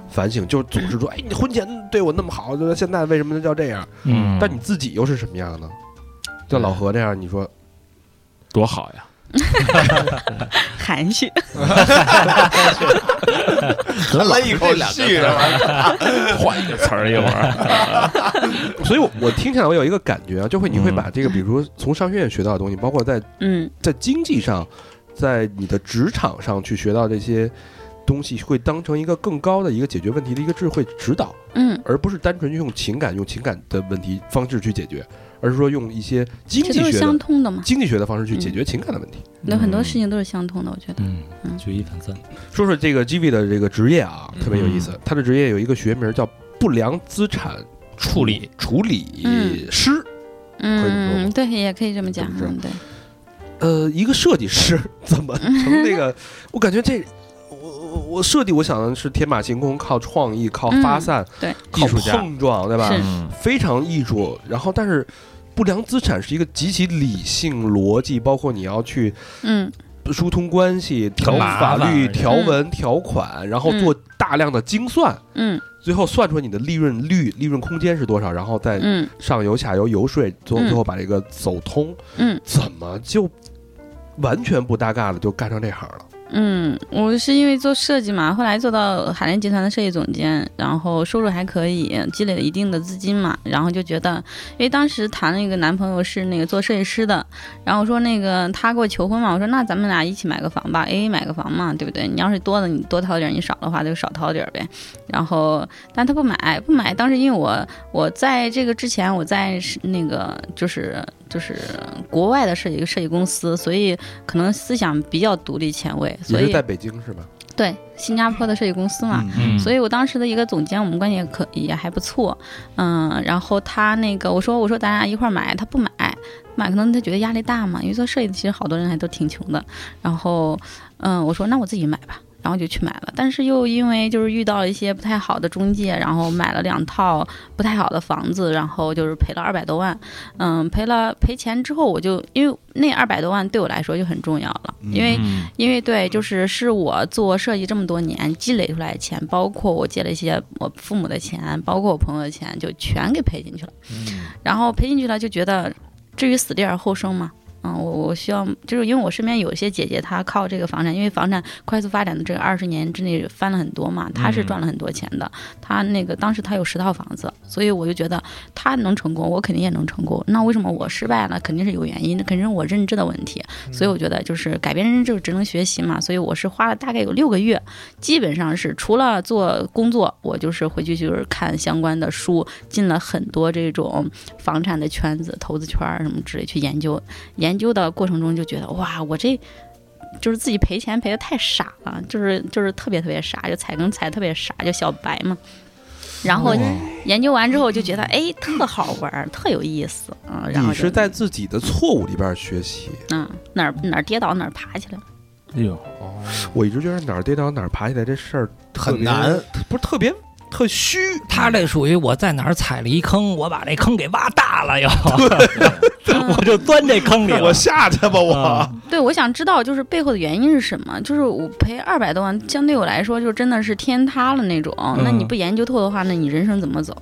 Speaker 1: 反省，就总是说，哎，你婚前对我那么好，对吧现在为什么要这样？
Speaker 3: 嗯
Speaker 1: 但你自己又是什么样呢？像老何这样，你说 (coughs)
Speaker 2: 多好呀！
Speaker 4: 含蓄，
Speaker 5: 含了一口 (laughs) 气，
Speaker 2: 换一个词儿一会儿，
Speaker 1: 所以我，我听起来我有一个感觉啊，就会你会
Speaker 2: 嗯
Speaker 1: 把这个，比如说从商学院学到的东西，包括在
Speaker 4: 嗯
Speaker 1: 在经济上，在你的职场上去学到这些东西，会当成一个更高的一个解决问题的一个智慧指导，
Speaker 4: 嗯。
Speaker 1: 而不是单纯用情感、用情感的问题方式去解决，而是说用一些经
Speaker 4: 这都
Speaker 1: 济
Speaker 4: 是
Speaker 1: 学
Speaker 4: 相
Speaker 1: 的
Speaker 4: 通的嘛，
Speaker 1: 经济学的方式去解决情感的问题。
Speaker 4: 有很多事情都是相通的，我觉得。
Speaker 3: 嗯
Speaker 4: 嗯
Speaker 3: 举一反三，
Speaker 1: 说说这个 GV 的这个职业啊，特别有意
Speaker 4: 嗯
Speaker 1: 思，他的职业有一个学名叫不良资产
Speaker 3: 处理
Speaker 1: 处理
Speaker 4: 嗯
Speaker 1: 师。可以这么说
Speaker 4: 嗯
Speaker 1: 吗，
Speaker 4: 对，也可以这么讲。
Speaker 1: 是不是
Speaker 4: 嗯，对，
Speaker 1: 呃，一个设计师 (laughs) 怎么成那
Speaker 4: (laughs)
Speaker 1: 个？我感觉这，我我我设计，我想的是天马行空，靠创意，靠发散，
Speaker 4: 嗯对，
Speaker 1: 靠
Speaker 2: 艺术家
Speaker 1: 碰撞，对吧？
Speaker 4: 是
Speaker 1: 非常艺术。然后，但是不良资产是一个极其理性逻辑，包括你要去
Speaker 4: 嗯
Speaker 1: 疏通关系、调
Speaker 3: 很麻
Speaker 1: 法
Speaker 3: 烦
Speaker 1: 律
Speaker 3: 而且
Speaker 1: 条文条款，然后做大量的精算，
Speaker 4: 嗯
Speaker 1: 最后算出来你的利润率、利润空间是多少，然后再
Speaker 4: 嗯
Speaker 1: 上游、下游游说，最后
Speaker 4: 嗯
Speaker 1: 最后把这个走通。
Speaker 4: 嗯
Speaker 1: 怎么就完全不搭嘎了，就干上这行了？
Speaker 4: 嗯，我是因为做设计嘛，后来做到海澜集团的设计总监，然后收入还可以，积累了一定的资金嘛，然后就觉得，因为当时谈了一个男朋友是那个做设计师的，然后说那个他给我求婚嘛，我说那咱们俩一起买个房吧，A A 买个房嘛，对不对？你要是多的你多掏点儿，你少的话就少掏点儿呗。然后，但他不买，不买。当时因为我我在这个之前我在是那个就是就是国外的设计设计公司，所以可能思想比较独立前卫，
Speaker 1: 也
Speaker 4: 所
Speaker 1: 是
Speaker 4: 以
Speaker 1: 在北京是吧？
Speaker 4: 对新加坡的设计公司嘛。
Speaker 2: 嗯
Speaker 4: 所以我当时的一个总监，我们关系也可也还不错，嗯，然后他那个我说我说咱俩一块儿买，他不买，不买可能他觉得压力大嘛，因为做设计其实好多人还都挺穷的，然后嗯，我说那我自己买吧。然后就去买了，但是又因为就是遇到了一些不太好的中介，然后买了两套不太好的房子，然后就是赔了二百多万，嗯，赔了赔钱之后，我就因为那二百多万对我来说就很重要了，因为
Speaker 2: 嗯
Speaker 4: 因为对，就是是我做设计这么多年积累出来的钱，包括我借了一些我父母的钱，包括我朋友的钱，就全给赔进去了。然后赔进去了，就觉得至于死地而后生嘛，嗯、嗯，我我需要，就是因为我身边有一些姐姐，她靠这个房产，因为房产快速发展的这二十年之内翻了很多嘛，她是赚了很多钱的。她那个当时她有十套房子，所以我就觉得她能成功，我肯定也能成功。那为什么我失败了？肯定是有原因的，肯定是我认知的问题。所以我觉得就是改变认知就只能学习嘛。所以我是花了大概有六个月，基本上是除了做工作，我就是回去就是看相关的书，进了很多这种房产的圈子、投资圈儿什么之类去研究。研究的过程中就觉得哇，我这就是自己赔钱赔的太傻了，就是就是特别特别傻，就踩坑踩得特别傻，就小白嘛。然后
Speaker 1: 哦
Speaker 4: 研究完之后就觉得哎，特好玩儿，特有意思啊。然后
Speaker 1: 你
Speaker 4: 就是
Speaker 1: 在自己的错误里边学习。
Speaker 4: 嗯哪儿哪儿跌倒哪儿爬起来，
Speaker 2: 哎呦，
Speaker 1: 我一直觉得哪儿跌倒哪儿爬起来这事儿特
Speaker 5: 很
Speaker 1: 别
Speaker 5: 难，
Speaker 1: 不是特别特虚。
Speaker 3: 他这属于我在哪儿踩了一坑，我把这坑给挖大了又， (laughs) 我就钻这坑里了。
Speaker 1: 下去吧，
Speaker 3: 啊
Speaker 4: 对，我想知道就是背后的原因是什么。就是我赔二百多万，相对我来说就真的是天塌了那种。
Speaker 1: 嗯
Speaker 4: 那你不研究透的话，那你人生怎么走？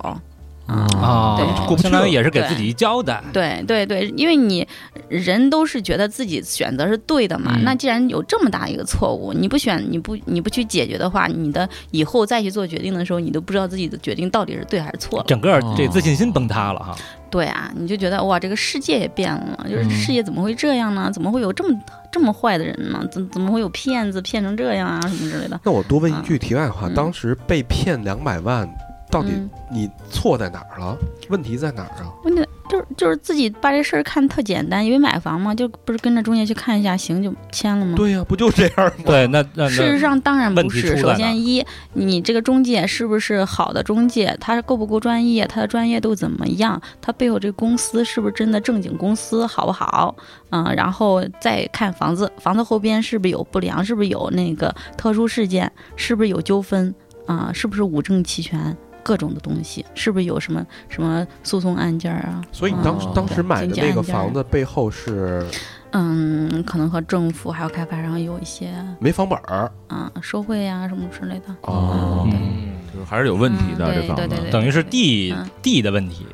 Speaker 3: 啊
Speaker 4: 对
Speaker 1: 过不去了
Speaker 3: 相当于也是给自己一交代。
Speaker 4: 对对对，因为你人都是觉得自己选择是对的嘛。
Speaker 3: 嗯
Speaker 4: 那既然有这么大一个错误，你不选，你不你不去解决的话，你的以后再去做决定的时候，你都不知道自己的决定到底是对还是错了。
Speaker 3: 整个这自信心崩塌了哈，
Speaker 4: 对啊，你就觉得哇，这个世界也变了，就是
Speaker 3: 嗯
Speaker 4: 世界怎么会这样呢？怎么会有这么这么坏的人呢？怎怎么会有骗子骗成这样啊什么之类的？
Speaker 1: 那我多问一句题外话，
Speaker 4: 嗯
Speaker 1: 当时被骗两百万，到底
Speaker 4: 嗯
Speaker 1: 你错在哪儿了？问题在哪儿啊？
Speaker 4: 问题就是就是自己把这事儿看特简单，因为买房嘛，就不是跟着中介去看一下，行就签了吗？
Speaker 1: 对呀，不就这样吗？
Speaker 3: 对，那那
Speaker 4: 事实
Speaker 3: 呃那
Speaker 4: 上当然
Speaker 3: 问
Speaker 4: 不
Speaker 3: 题
Speaker 4: 是。
Speaker 3: 出
Speaker 4: 首
Speaker 3: 在哪儿
Speaker 4: 先一，你这个中介是不是好的中介？他够不够专业？他的专业度怎么样？他背后这个公司是不是真的正经公司？好不好？嗯，然后再看房子，房子后边是不是有不良？是不是有那个特殊事件？是不是有纠纷？啊、是不是五证齐全？各种的东西，是不是有什么什么诉讼案件儿啊？
Speaker 1: 所以你
Speaker 4: 嗯
Speaker 1: 当时当时买的那个
Speaker 4: 经济案件
Speaker 1: 房子背后是
Speaker 4: 嗯，可能和政府还有开发商有一些
Speaker 1: 没房本儿
Speaker 4: 嗯收贿呀、什么之类的。
Speaker 1: 哦
Speaker 2: 嗯，就是还是有问题的
Speaker 4: 嗯
Speaker 2: 这
Speaker 4: 对
Speaker 2: 房
Speaker 4: 对对
Speaker 2: 子
Speaker 4: 对，
Speaker 3: 等于是地
Speaker 4: 嗯
Speaker 3: 地的问题，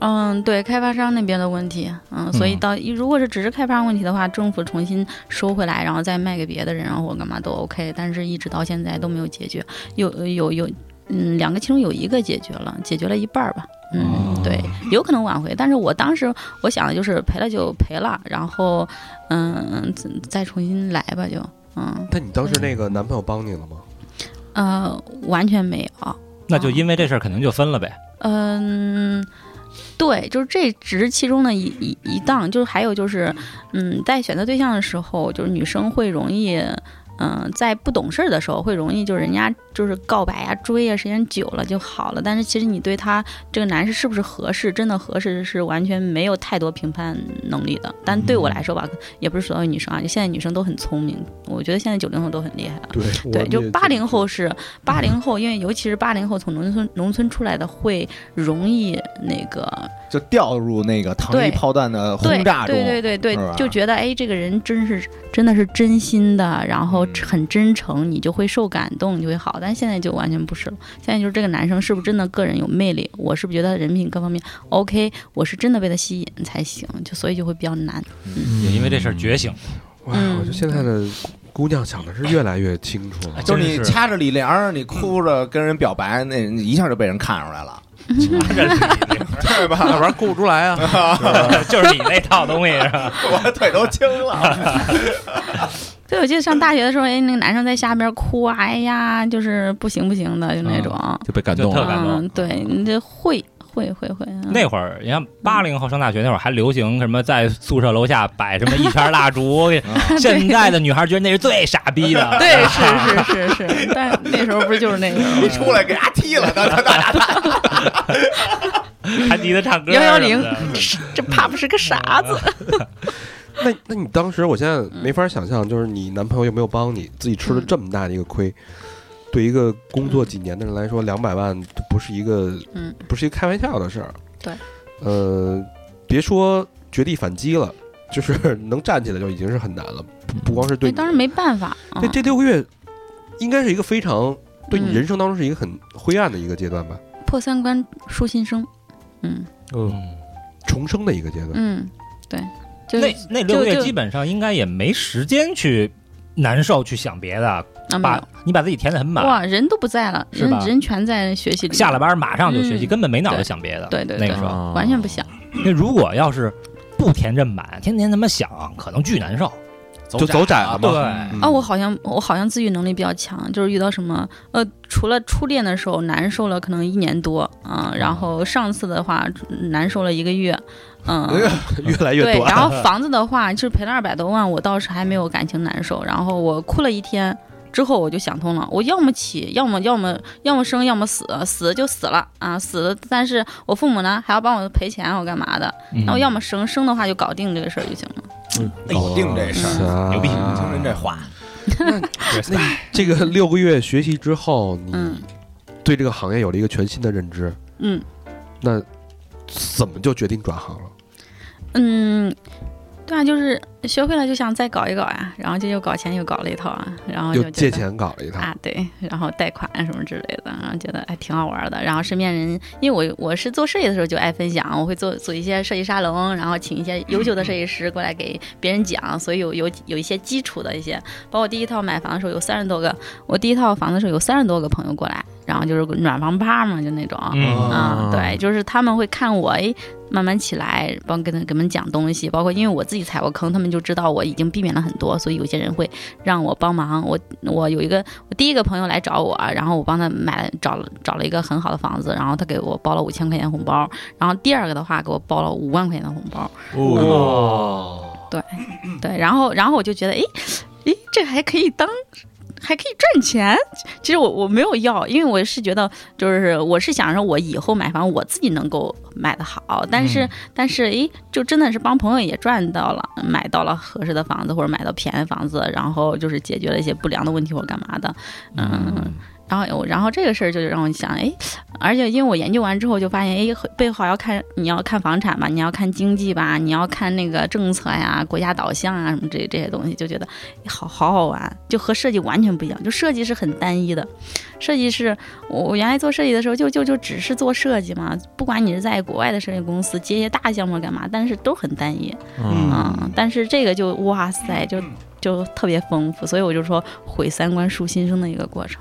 Speaker 4: 嗯，对，开发商那边的问题，嗯，所以
Speaker 3: 嗯
Speaker 4: 到如果是只是开发商问题的话，政府重新收回来，然后再卖给别的人，然后我干嘛都 OK，但是一直到现在都没有解决，有有有，嗯，两个其中有一个解决了，解决了一半儿吧，嗯，对，有可能挽回，但是我当时我想的就是赔了就赔了，然后嗯，再再重新来吧就，嗯
Speaker 1: 那你当时那个男朋友帮你了吗？
Speaker 4: 呃，完全没有，
Speaker 3: 那
Speaker 4: 哦
Speaker 3: 就因为这事儿肯定就分了呗。
Speaker 4: 嗯，对，就是这只是其中的一一一档，就是还有就是，嗯，在选择对象的时候，就是女生会容易，嗯、在不懂事儿的时候会容易，就是人家就是告白啊、追啊，时间久了就好了。但是其实你对他这个男士是不是合适，真的合适是完全没有太多评判能力的。但对我来说吧，也不是所有女生啊，就现在女生都很聪明，我觉得现在九零后都很厉害了。
Speaker 1: 对
Speaker 4: 对，就八零后是八零后，因为尤其是八零后从农村农村出来的，会容易那个，
Speaker 5: 就掉入那个糖衣
Speaker 4: 对
Speaker 5: 炮弹的
Speaker 4: 对
Speaker 5: 轰炸中。
Speaker 4: 对对对
Speaker 5: 是吧
Speaker 4: 对，就觉得哎，这个人真是真的是真心的，然后
Speaker 5: 嗯
Speaker 4: 很真诚，你就会受感动，你就会好。但现在就完全不是了，现在就是这个男生是不是真的个人有魅力，我是不是觉得人品各方面 OK，我是真的被他吸引才行，就所以就会比较难。
Speaker 3: 也因为这事儿觉 (laughs) 醒，
Speaker 1: 哇，我觉
Speaker 4: 嗯
Speaker 1: 得现在的姑娘想的是越来越清楚了
Speaker 3: 哎。
Speaker 5: 就是
Speaker 3: 真
Speaker 5: 你
Speaker 3: 是
Speaker 5: 掐着李莲儿，你哭着跟人表白，那你一下就被人看出来了， (laughs) 对吧？
Speaker 2: 要不然顾不出来啊。
Speaker 3: (laughs)
Speaker 2: (laughs)
Speaker 3: 就是你那套东西是吧？
Speaker 5: 我腿都青了。
Speaker 4: (laughs) 对，我记得上大学的时候，哎，那个男生在下边哭啊，哎呀，就是不行不行的，就那
Speaker 5: 嗯
Speaker 4: 种。
Speaker 2: 就被感动
Speaker 3: 就特
Speaker 2: 了，
Speaker 3: 感动
Speaker 4: 嗯，对你这会会会会，嗯
Speaker 3: 那会儿，你看八零后上大学那会儿还流行什么在宿舍楼下摆什么一圈蜡
Speaker 4: (laughs)
Speaker 3: 烛，现在的女孩觉得那是最傻逼的。
Speaker 4: 嗯对是是是是，但那时候不就是那个
Speaker 5: 一出来给他踢了，当当当
Speaker 3: (laughs) 还记得唱歌
Speaker 4: 幺幺零
Speaker 3: 什么的，
Speaker 4: 这怕不是个
Speaker 3: 嗯
Speaker 4: 傻子。
Speaker 1: 那那你当时，我现在
Speaker 4: 嗯
Speaker 1: 没法想象，就是你男朋友有没有帮你，自己吃了这么大的一个亏。对一个工作几年的人来说，两百万这不是一个，
Speaker 4: 嗯，
Speaker 1: 不是一个开玩笑的事儿。
Speaker 4: 对，
Speaker 1: 呃，别说绝地反击了，就是 (laughs) 能站起来就已经是很难了，不不光是对
Speaker 4: 对，
Speaker 1: 你，
Speaker 4: 嗯哎当时没办法，
Speaker 1: 这这六个月应该是一个非常对你
Speaker 4: 嗯
Speaker 1: 人生当中是一个很灰暗的一个阶段吧，
Speaker 4: 嗯破三观舒心生，嗯嗯
Speaker 1: 重生的一个阶段。
Speaker 4: 嗯，对，就是
Speaker 3: 那那六个
Speaker 4: 就
Speaker 3: 月
Speaker 4: 就
Speaker 3: 基本上应该也没时间去难受去想别的，
Speaker 4: 啊没
Speaker 3: 把
Speaker 4: 有
Speaker 3: 你把自己填得很满，
Speaker 4: 哇，人都不在了，
Speaker 3: 是
Speaker 4: 人
Speaker 3: 吧
Speaker 4: 人全在学习里面，
Speaker 3: 下了班马上就学习，
Speaker 4: 嗯
Speaker 3: 根本没脑子
Speaker 4: 对
Speaker 3: 想别的。
Speaker 4: 对对
Speaker 3: 那
Speaker 4: 对
Speaker 3: 个时候，
Speaker 2: 啊
Speaker 4: 完全不想。
Speaker 3: 那如果要是不填这满，天天他妈想，可能巨难受。
Speaker 1: 就走窄了嘛。
Speaker 3: 对
Speaker 4: 啊，我好像我好像自愈能力比较强，就是遇到什么呃，除了初恋的时候难受了，可能一年多啊、然后上次的话难受了一个月，嗯、
Speaker 1: (laughs) 越来越
Speaker 4: 对，
Speaker 1: 短。
Speaker 4: 然后房子的话就是赔了二百多万，我倒是还没有感情难受，然后我哭了一天。之后我就想通了，我要么起，要么要么要么生，要么死，死就死了啊，死了。但是我父母呢还要帮我赔钱，我干嘛的？
Speaker 1: 嗯
Speaker 4: 那我要么生，生的话就搞定这个事儿就行了。
Speaker 1: 哦
Speaker 5: 搞哎定这事儿，
Speaker 1: 儿
Speaker 5: 牛逼！年轻人这话，
Speaker 1: 那你这个六个月学习之后，你
Speaker 4: 嗯
Speaker 1: 对这个行业有了一个全新的认知，
Speaker 4: 嗯，
Speaker 1: 那怎么就决定转行了？
Speaker 4: 嗯，对啊，就是学会了就想再搞一搞呀、然后就又搞钱又搞了一套啊，然后就
Speaker 1: 又
Speaker 4: 觉
Speaker 1: 借
Speaker 4: 得
Speaker 1: 钱搞了一趟，
Speaker 4: 啊，对，然后贷款啊什么之类的，然后觉得还挺好玩的。然后身边人，因为我我是做设计的时候就爱分享，我会做做一些设计沙龙，然后请一些优秀的设计师过来给别人讲，所以有有有一些基础的一些，包括第一套买房的时候有三十多个，我第一套房的时候有三十多个朋友过来，然后就是暖房趴嘛，就那种，
Speaker 3: 嗯
Speaker 4: 啊，对，就是他们会看我哎，慢慢起来，帮跟他给他们讲东西，包括因为我自己踩过坑，他们就知道我已经避免了很多，所以有些人会让我帮忙。我我有一个我第一个朋友来找我，然后我帮他买了找了找了一个很好的房子，然后他给我包了五千块钱红包，然后第二个的话给我包了五万块钱的红包，
Speaker 1: 哇，
Speaker 4: 对，然后然后我就觉得，诶，诶，这还可以当，还可以赚钱。其实我我没有要，因为我是觉得，就是我是想让我以后买房我自己能够买的好，但是、但是诶，就真的是帮朋友也赚到了，买到了合适的房子或者买到便宜的房子，然后就是解决了一些不良的问题或者干嘛的，嗯。然后我，然后这个事儿就让我想，哎，而且因为我研究完之后就发现，哎，背后要看你要看房产吧，你要看经济吧，你要看那个政策呀、国家导向啊什么这这些东西，就觉得哎好好好玩，就和设计完全不一样。就设计是很单一的，设计是我我原来做设计的时候就就就只是做设计嘛，不管你是在国外的设计公司接一些大项目干嘛，但是都很单一。嗯，但是这个就哇塞，就就特别丰富，所以我就说毁三观树新生的一个过程。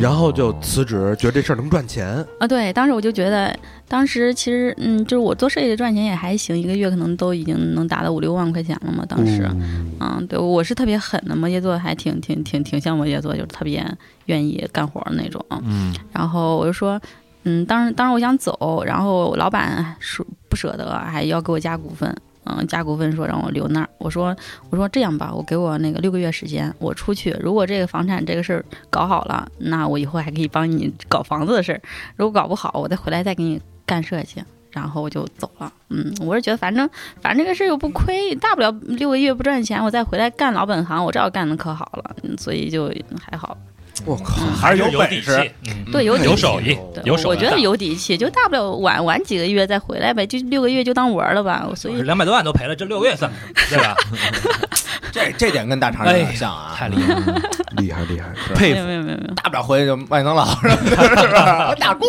Speaker 1: 然后就辞职，觉得这事儿能赚钱，
Speaker 4: 啊，对，当时我就觉得，当时其实，嗯，就是我做设计赚钱也还行，一个月可能都已经能达到五六万块钱了嘛。当时，嗯，对，我是特别狠的，摩羯座还挺挺挺挺像摩羯座，就是特别愿意干活儿的那种。啊
Speaker 2: 嗯
Speaker 4: 然后我就说，嗯，当时当时我想走，然后老板说不舍得，还要给我加股份，嗯，加股份说让我留那儿。我说我说这样吧，我给我那个六个月时间，我出去，如果这个房产这个事儿搞好了，那我以后还可以帮你搞房子的事儿；如果搞不好，我再回来再给你干设计。然后我就走了，嗯，我是觉得反正反正这个事儿又不亏，大不了六个月不赚钱，我再回来干老本行，我这要干的可好了，嗯所以就还好。
Speaker 1: 我靠，
Speaker 5: 还是有
Speaker 3: 有底
Speaker 5: 本
Speaker 3: 气
Speaker 5: 事。，
Speaker 3: 嗯
Speaker 4: 对，有底
Speaker 3: 有
Speaker 4: 气
Speaker 3: 手艺，
Speaker 4: 对
Speaker 3: 有手
Speaker 4: 我
Speaker 3: 艺
Speaker 4: 觉
Speaker 3: 大
Speaker 4: 得有底气，就大不了晚晚几个月再回来呗，就六个月就当玩儿了吧。所以
Speaker 3: 两百多万都赔了，这六个月算什么？对 (laughs) 吧？
Speaker 5: 这这点跟大肠有点像啊，
Speaker 3: 太厉害
Speaker 4: 嗯
Speaker 3: 了！
Speaker 1: 厉害厉害，
Speaker 4: 没
Speaker 1: 佩
Speaker 4: 有
Speaker 1: 服。
Speaker 4: 没有没有没有，
Speaker 5: 大不了回去就麦当劳什么的，是吧？我打工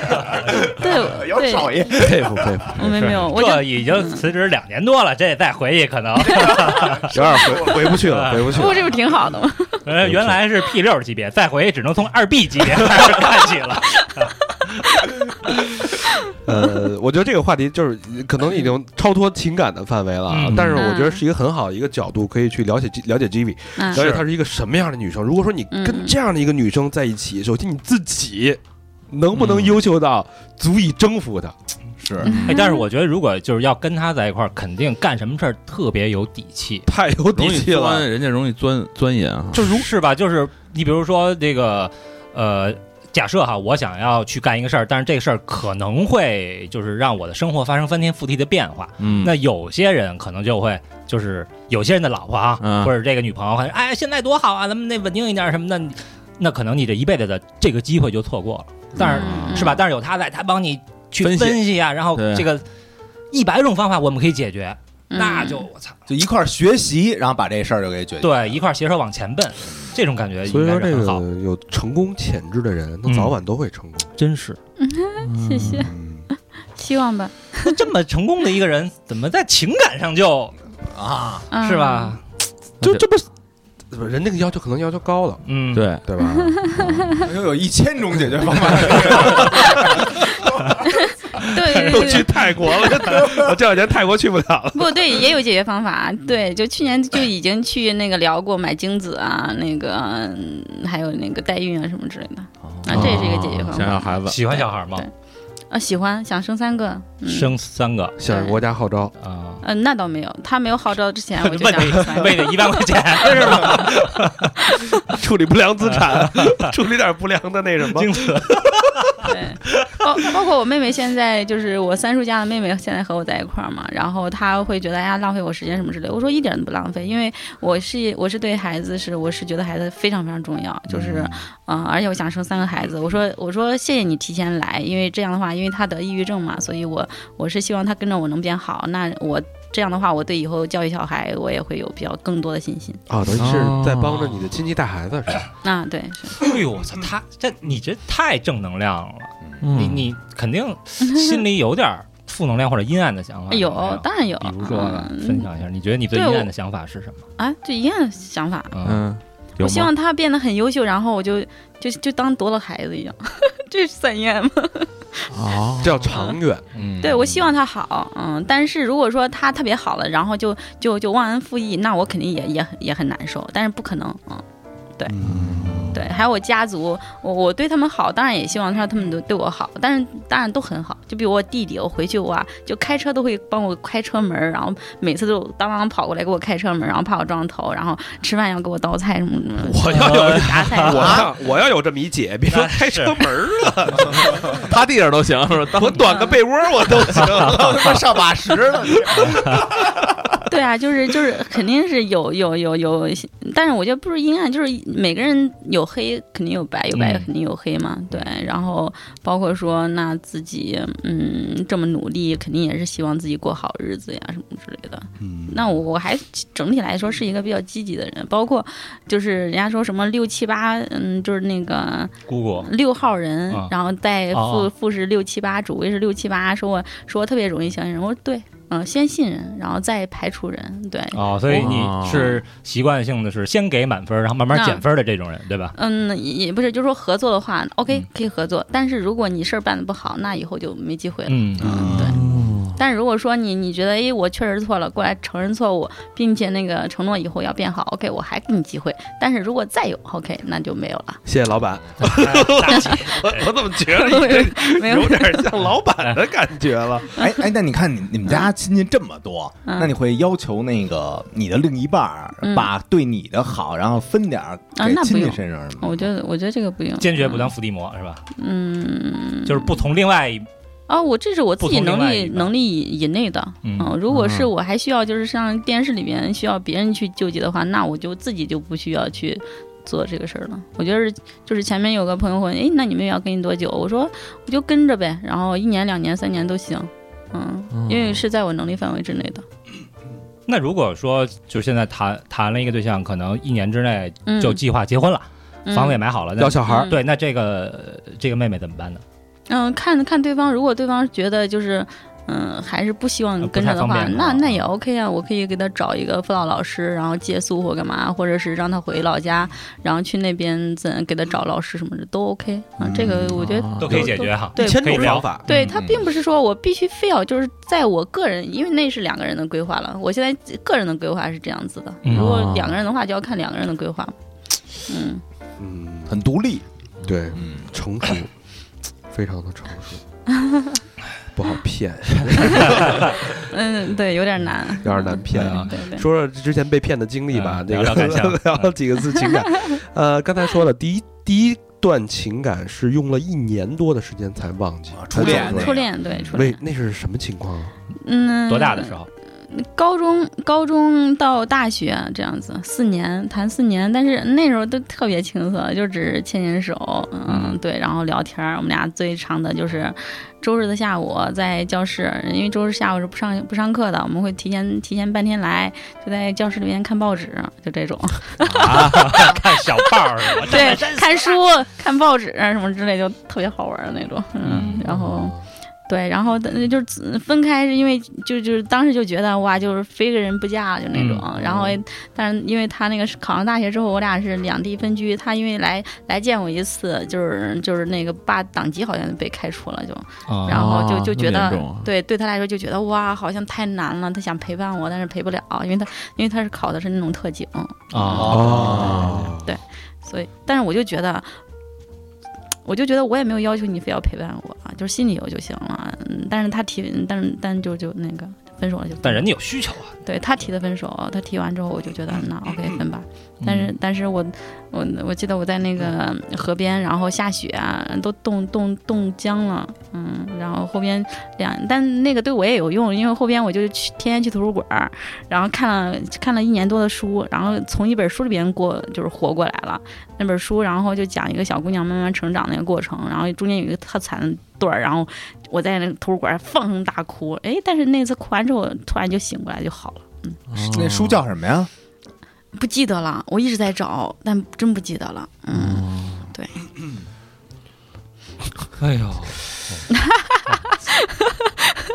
Speaker 3: (laughs)
Speaker 4: 对
Speaker 5: 有手
Speaker 4: 对，
Speaker 5: 艺，
Speaker 1: 佩服佩服，
Speaker 4: 我没有没有，我就
Speaker 3: 这已经辞职两年多了，这再回忆
Speaker 4: (laughs)
Speaker 3: 可能，
Speaker 1: 有点回回不去
Speaker 5: (laughs)
Speaker 1: 了，回不去
Speaker 4: 不过
Speaker 1: 了。
Speaker 4: 这不挺好的吗？
Speaker 3: 呃原来是 P 六级别，再回忆只能从二 B 级别开始干起了。
Speaker 1: 呃，我觉得这个话题就是可能已经超脱情感的范围了啊
Speaker 3: 嗯，
Speaker 1: 但是我觉得是一个很好的一个角度，可以去了解了解 Givi，
Speaker 4: 嗯
Speaker 1: 了，解她是一个什么样的女生。如果说你跟
Speaker 4: 嗯
Speaker 1: 这样的一个女生在一起，首先你自己能不能优秀到足以征服她？
Speaker 5: 是
Speaker 3: 哎，但是我觉得如果就是要跟他在一块儿，肯定干什么事儿特别有底气，
Speaker 1: 太有
Speaker 2: 容
Speaker 1: 底
Speaker 2: 易
Speaker 1: 气了。
Speaker 2: 钻，人家容易钻钻研啊。
Speaker 3: 就如是吧？就是你比如说这个，呃。假设哈，我想要去干一个事儿，但是这个事儿可能会就是让我的生活发生翻天覆地的变化。
Speaker 2: 嗯，
Speaker 3: 那有些人可能就会，就是有些人的老婆啊，
Speaker 2: 嗯
Speaker 3: 或者这个女朋友，哎，现在多好啊，咱们那稳定一点什么的，你那可能你这一辈子的这个机会就错过了。但是、
Speaker 4: 嗯
Speaker 3: 是吧？但是有他在，他帮你去
Speaker 2: 分析
Speaker 3: 分析啊，然后
Speaker 2: 对
Speaker 3: 这个一百种方法我们可以解决，
Speaker 4: 嗯
Speaker 3: 那就我操，
Speaker 5: 就一块儿学习，然后把这事儿就给解决。 (laughs)
Speaker 3: 对，一块儿携手往前奔，这种感觉
Speaker 1: 所
Speaker 3: 应
Speaker 1: 以
Speaker 3: 该
Speaker 1: 说，
Speaker 3: 是
Speaker 1: 这
Speaker 3: 很好，
Speaker 1: 个有成功潜质的人，他早晚都会成功。
Speaker 3: 真是。
Speaker 4: 嗯 (laughs) 谢谢，希望吧。 (laughs)
Speaker 3: 那这么成功的一个人，怎么在情感上就
Speaker 5: 啊，
Speaker 4: 嗯
Speaker 3: 是？吧？
Speaker 1: 就这不是不是人那个要求可能要求高了，
Speaker 3: 嗯，，
Speaker 1: (laughs)
Speaker 2: 对，
Speaker 1: 对
Speaker 4: (laughs)
Speaker 1: 吧？
Speaker 5: 又有一千种解决方法。
Speaker 4: 对对对对，
Speaker 1: 泰国了，我这两年泰国去不了了。
Speaker 4: 不对，也有解决方法。啊
Speaker 3: 嗯
Speaker 4: 对，就去年就已经去那个聊过买精子啊，那个嗯还有那个代孕啊什么之类的
Speaker 3: 哦
Speaker 4: 啊，这也是一个解决方
Speaker 2: 想
Speaker 4: 法。
Speaker 2: 要
Speaker 3: 啊
Speaker 2: 孩子，
Speaker 3: 喜欢小孩吗？
Speaker 4: 对啊，喜欢想生三个，嗯、
Speaker 3: 生三个
Speaker 1: 向着国家号召，
Speaker 3: 啊，
Speaker 4: 嗯、那倒没有，他没有号召之前
Speaker 3: (laughs)
Speaker 4: 我就
Speaker 3: 问
Speaker 4: 想生三
Speaker 3: 为
Speaker 4: 个。
Speaker 3: 了一万块钱是吗？
Speaker 1: (laughs) 处理不良资产， (laughs) 处理点不良的那什么。
Speaker 3: 精子
Speaker 4: (laughs) 对，包包括我妹妹现在就是我三叔家的妹妹，现在和我在一块儿嘛，然后她会觉得哎呀浪费我时间什么之类的，我说一点都不浪费，因为我是我是对孩子是我是觉得孩子非常非常重要，就是嗯、而且我想生三个孩子，我说我说谢谢你提前来，因为这样的话，因为他得抑郁症嘛，所以我我是希望他跟着我能变好，那我。这样的话，我对以后教育小孩，我也会有比较更多的信心。
Speaker 1: (laughs) 啊，等于
Speaker 2: 哦
Speaker 1: 是在帮着你的亲戚带孩子是吧？
Speaker 4: 啊，对，是
Speaker 3: 哎呦，我操，他这你这太正能量了，你
Speaker 2: 嗯，
Speaker 3: 你肯定心里有点儿负能量或者阴暗的想法。
Speaker 4: 有
Speaker 3: 没，
Speaker 4: 哎当然有。
Speaker 3: 比如说呢
Speaker 4: 嗯，
Speaker 3: 分享一下，你觉得你最
Speaker 4: 对
Speaker 3: 阴
Speaker 4: 我
Speaker 3: 暗的想法是什么？
Speaker 4: 啊，对一样的想法。
Speaker 3: 嗯，
Speaker 2: 嗯，有
Speaker 4: 我希
Speaker 2: 吗？
Speaker 4: 望他变得很优秀，然后我就就就当夺了孩子一样， (laughs) 这是算验吗？
Speaker 2: 哦
Speaker 1: 这叫长远。
Speaker 5: 嗯
Speaker 4: 对，我希望他好，嗯，但是如果说他特别好了，然后就就就忘恩负义，那我肯定也也很也很难受，但是不可能，嗯，对，对，还有我家族，我我对他们好，当然也希望他他们都对我好，但是当然都很好，就比如我弟弟，我回去哇，就开车都会帮我开车门儿，然后每次都当当跑过来给我开车门儿，然后怕我撞头，然后吃饭要给我倒菜什么什么，
Speaker 1: 我要有
Speaker 4: 夹菜，
Speaker 1: 我要我要有这么一姐，别说开车门儿了，嗯
Speaker 2: 趴地上都
Speaker 3: (laughs)
Speaker 2: 行，是吧？
Speaker 1: 我短个被窝我都行。
Speaker 5: 上把十了，
Speaker 4: 对啊，就是就是，肯定是有有有有，但是我觉得不是阴暗，就是每个人有黑，肯定有白，有白
Speaker 3: 嗯
Speaker 4: 肯定有黑嘛。对，然后包括说，那自己嗯这么努力，肯定也是希望自己过好日子呀什么之类的。那我我还整体来说是一个比较积极的人，包括就是人家说什么六七八，嗯，就是那个
Speaker 3: 姑姑，
Speaker 4: 六号人，
Speaker 3: 啊
Speaker 4: 然后带
Speaker 3: 哦
Speaker 4: 副
Speaker 3: 哦
Speaker 4: 副是六七八，主位是六七八，说我说我特别容易相信人，我说对，嗯、先信任，然后再排除人，对。
Speaker 3: 哦，所以你
Speaker 2: 哦
Speaker 3: 是习惯性的是先给满分，然后慢慢减分的这种人，对吧？
Speaker 4: 嗯，也也不是，就是说合作的话，OK、可以
Speaker 3: 嗯
Speaker 4: 合作，但是如果你事儿办的不好，那以后就没机会了。
Speaker 3: 嗯，
Speaker 4: 嗯，对。
Speaker 5: 哦
Speaker 4: 但是如果说你你觉得，哎，我确实错了，过来承认错误，并且那个承诺以后要变好，OK，我还给你机会。但是如果再有 OK，那就没有
Speaker 3: (laughs)
Speaker 4: 了。
Speaker 1: 谢谢老板， (laughs) 我我怎么觉得
Speaker 4: (laughs) 没有，
Speaker 1: 点像老板的感觉了？
Speaker 5: (laughs) 哎哎，那你看你你们家亲戚这么多，
Speaker 4: 嗯
Speaker 5: 那你会要求那个你的另一半儿
Speaker 4: 嗯
Speaker 5: 把对你的好，然后分点儿
Speaker 4: 啊
Speaker 5: 给
Speaker 4: 那不
Speaker 5: 亲戚
Speaker 4: 用
Speaker 5: 身上是吗？
Speaker 4: 我觉得我觉得这个不用，
Speaker 3: 坚决不当伏地魔是吧？
Speaker 4: 嗯，
Speaker 3: 就是不从另外一
Speaker 4: 哦，我这是我自己
Speaker 3: 不同另
Speaker 4: 能
Speaker 3: 外
Speaker 4: 力
Speaker 3: 一半
Speaker 4: 能力以以内的。啊
Speaker 3: 嗯
Speaker 4: 如果是
Speaker 2: 嗯
Speaker 4: 我还需要就是像电视里面需要别人去救济的话，那我就自己就不需要去做这个事儿了。我觉得是就是前面有个朋友问，诶，那你们要跟你多久？我说我就跟着呗，然后一年、两年、三年都行。嗯，因为是在我能力范围之内的。
Speaker 3: 那如果说就现在谈谈了一个对象，可能一年之内
Speaker 4: 嗯，
Speaker 3: 就计划结婚了，
Speaker 4: 嗯
Speaker 3: 房子也买好了，那
Speaker 1: 要小孩儿
Speaker 4: 嗯
Speaker 3: 对，那这个这个妹妹怎么办呢？
Speaker 4: 嗯，看看对方，如果对方觉得就是。嗯，还是不希望
Speaker 3: 呃不
Speaker 4: 跟着
Speaker 3: 太
Speaker 4: 的
Speaker 3: 方
Speaker 4: 话，
Speaker 3: 便
Speaker 4: 那
Speaker 3: 啊
Speaker 4: 那也 OK 啊，我可以给他找一个辅导老师，然后借宿或干嘛，或者是让他回老家，然后去那边怎给他找老师什么的都 OK 啊，这个我觉得
Speaker 2: 啊
Speaker 3: 都可以解决哈。
Speaker 4: 对
Speaker 1: 千
Speaker 3: 嗯哦可以
Speaker 1: 种
Speaker 3: 聊
Speaker 1: 方法，
Speaker 4: 对
Speaker 5: 嗯
Speaker 4: 他
Speaker 5: 嗯
Speaker 4: 并不是说我必须非要就是在我个人，因为那是两个人的规划了。我现在个人的规划是这样子的，
Speaker 3: 嗯
Speaker 4: 如果两个人的话，就要看两个人的规划。嗯，
Speaker 1: 嗯，
Speaker 5: 很独立，
Speaker 1: 对，
Speaker 5: 嗯，
Speaker 1: 成熟，非常的成熟，
Speaker 3: (laughs)
Speaker 1: 不好骗，
Speaker 4: 嗯，对，有点难，
Speaker 1: 有点难骗啊。
Speaker 4: 对对，
Speaker 1: 说说之前被骗的经历吧，
Speaker 3: 嗯
Speaker 1: 这个
Speaker 3: 聊聊感想
Speaker 1: 聊了几个字情感。呃，刚才说了，第一第一段情感是用了一年多的时间才忘记
Speaker 5: 啊，初恋
Speaker 1: 才
Speaker 5: 那个
Speaker 4: 初恋对初
Speaker 1: 为
Speaker 4: 恋，
Speaker 1: 那是什么情况啊？
Speaker 4: 嗯，
Speaker 3: 多大的时候？
Speaker 4: 高中高中到大学这样子，四年谈四年，但是那时候都特别青涩，就只是牵牵手，嗯，对，然后聊天儿。我们俩最长的就是周日的下午在教室，因为周日下午是不上不上课的，我们会提前提前半天来，就在教室里面看报纸，就这种，
Speaker 3: 啊，看小报是吧？
Speaker 4: 对，
Speaker 3: 哦
Speaker 4: 看书、看报纸什么之类，就特别好玩儿的那种，嗯，然后。对，然后但是就是自分开是因为就就是当时就觉得哇，就是非个人不嫁就那种。
Speaker 3: 嗯
Speaker 4: 然后，但是因为他那个是考上大学之后，我俩是两地分居。他因为来来见我一次，就是就是那个把党籍好像被开除了就，
Speaker 3: 啊
Speaker 4: 然后就就觉得
Speaker 2: 那么严重啊
Speaker 4: 对对他来说就觉得哇，好像太难了。他想陪伴我，但是陪不了，因为他因为他是考的是那种特警，
Speaker 3: 啊
Speaker 1: 哦，
Speaker 4: 所以但是我就觉得。我就觉得我也没有要求你非要陪伴我啊，就是心里有就行了。嗯，但是他提，但是但就就那个分手了就分了。
Speaker 3: 但人家有需求啊，
Speaker 4: 对他提的分手，他提完之后，我就觉得那 OK 分吧。但是但是我我我记得我在那个河边，然后下雪啊，都冻冻冻僵了，嗯，然后后边两，但那个对我也有用，因为后边我就去天天去图书馆儿，然后看了看了一年多的书，然后从一本书里边过就是活过来了。那本书，然后就讲一个小姑娘慢慢成长那个过程，然后中间有一个特惨的段儿，然后我在那个图书馆儿放声大哭，哎，但是那次哭完之后，突然就醒过来就好了。
Speaker 5: 那书叫什么呀？
Speaker 4: 不记得了，我一直在找，但真不记得了。
Speaker 1: 哦
Speaker 4: 嗯，
Speaker 3: 哎呦，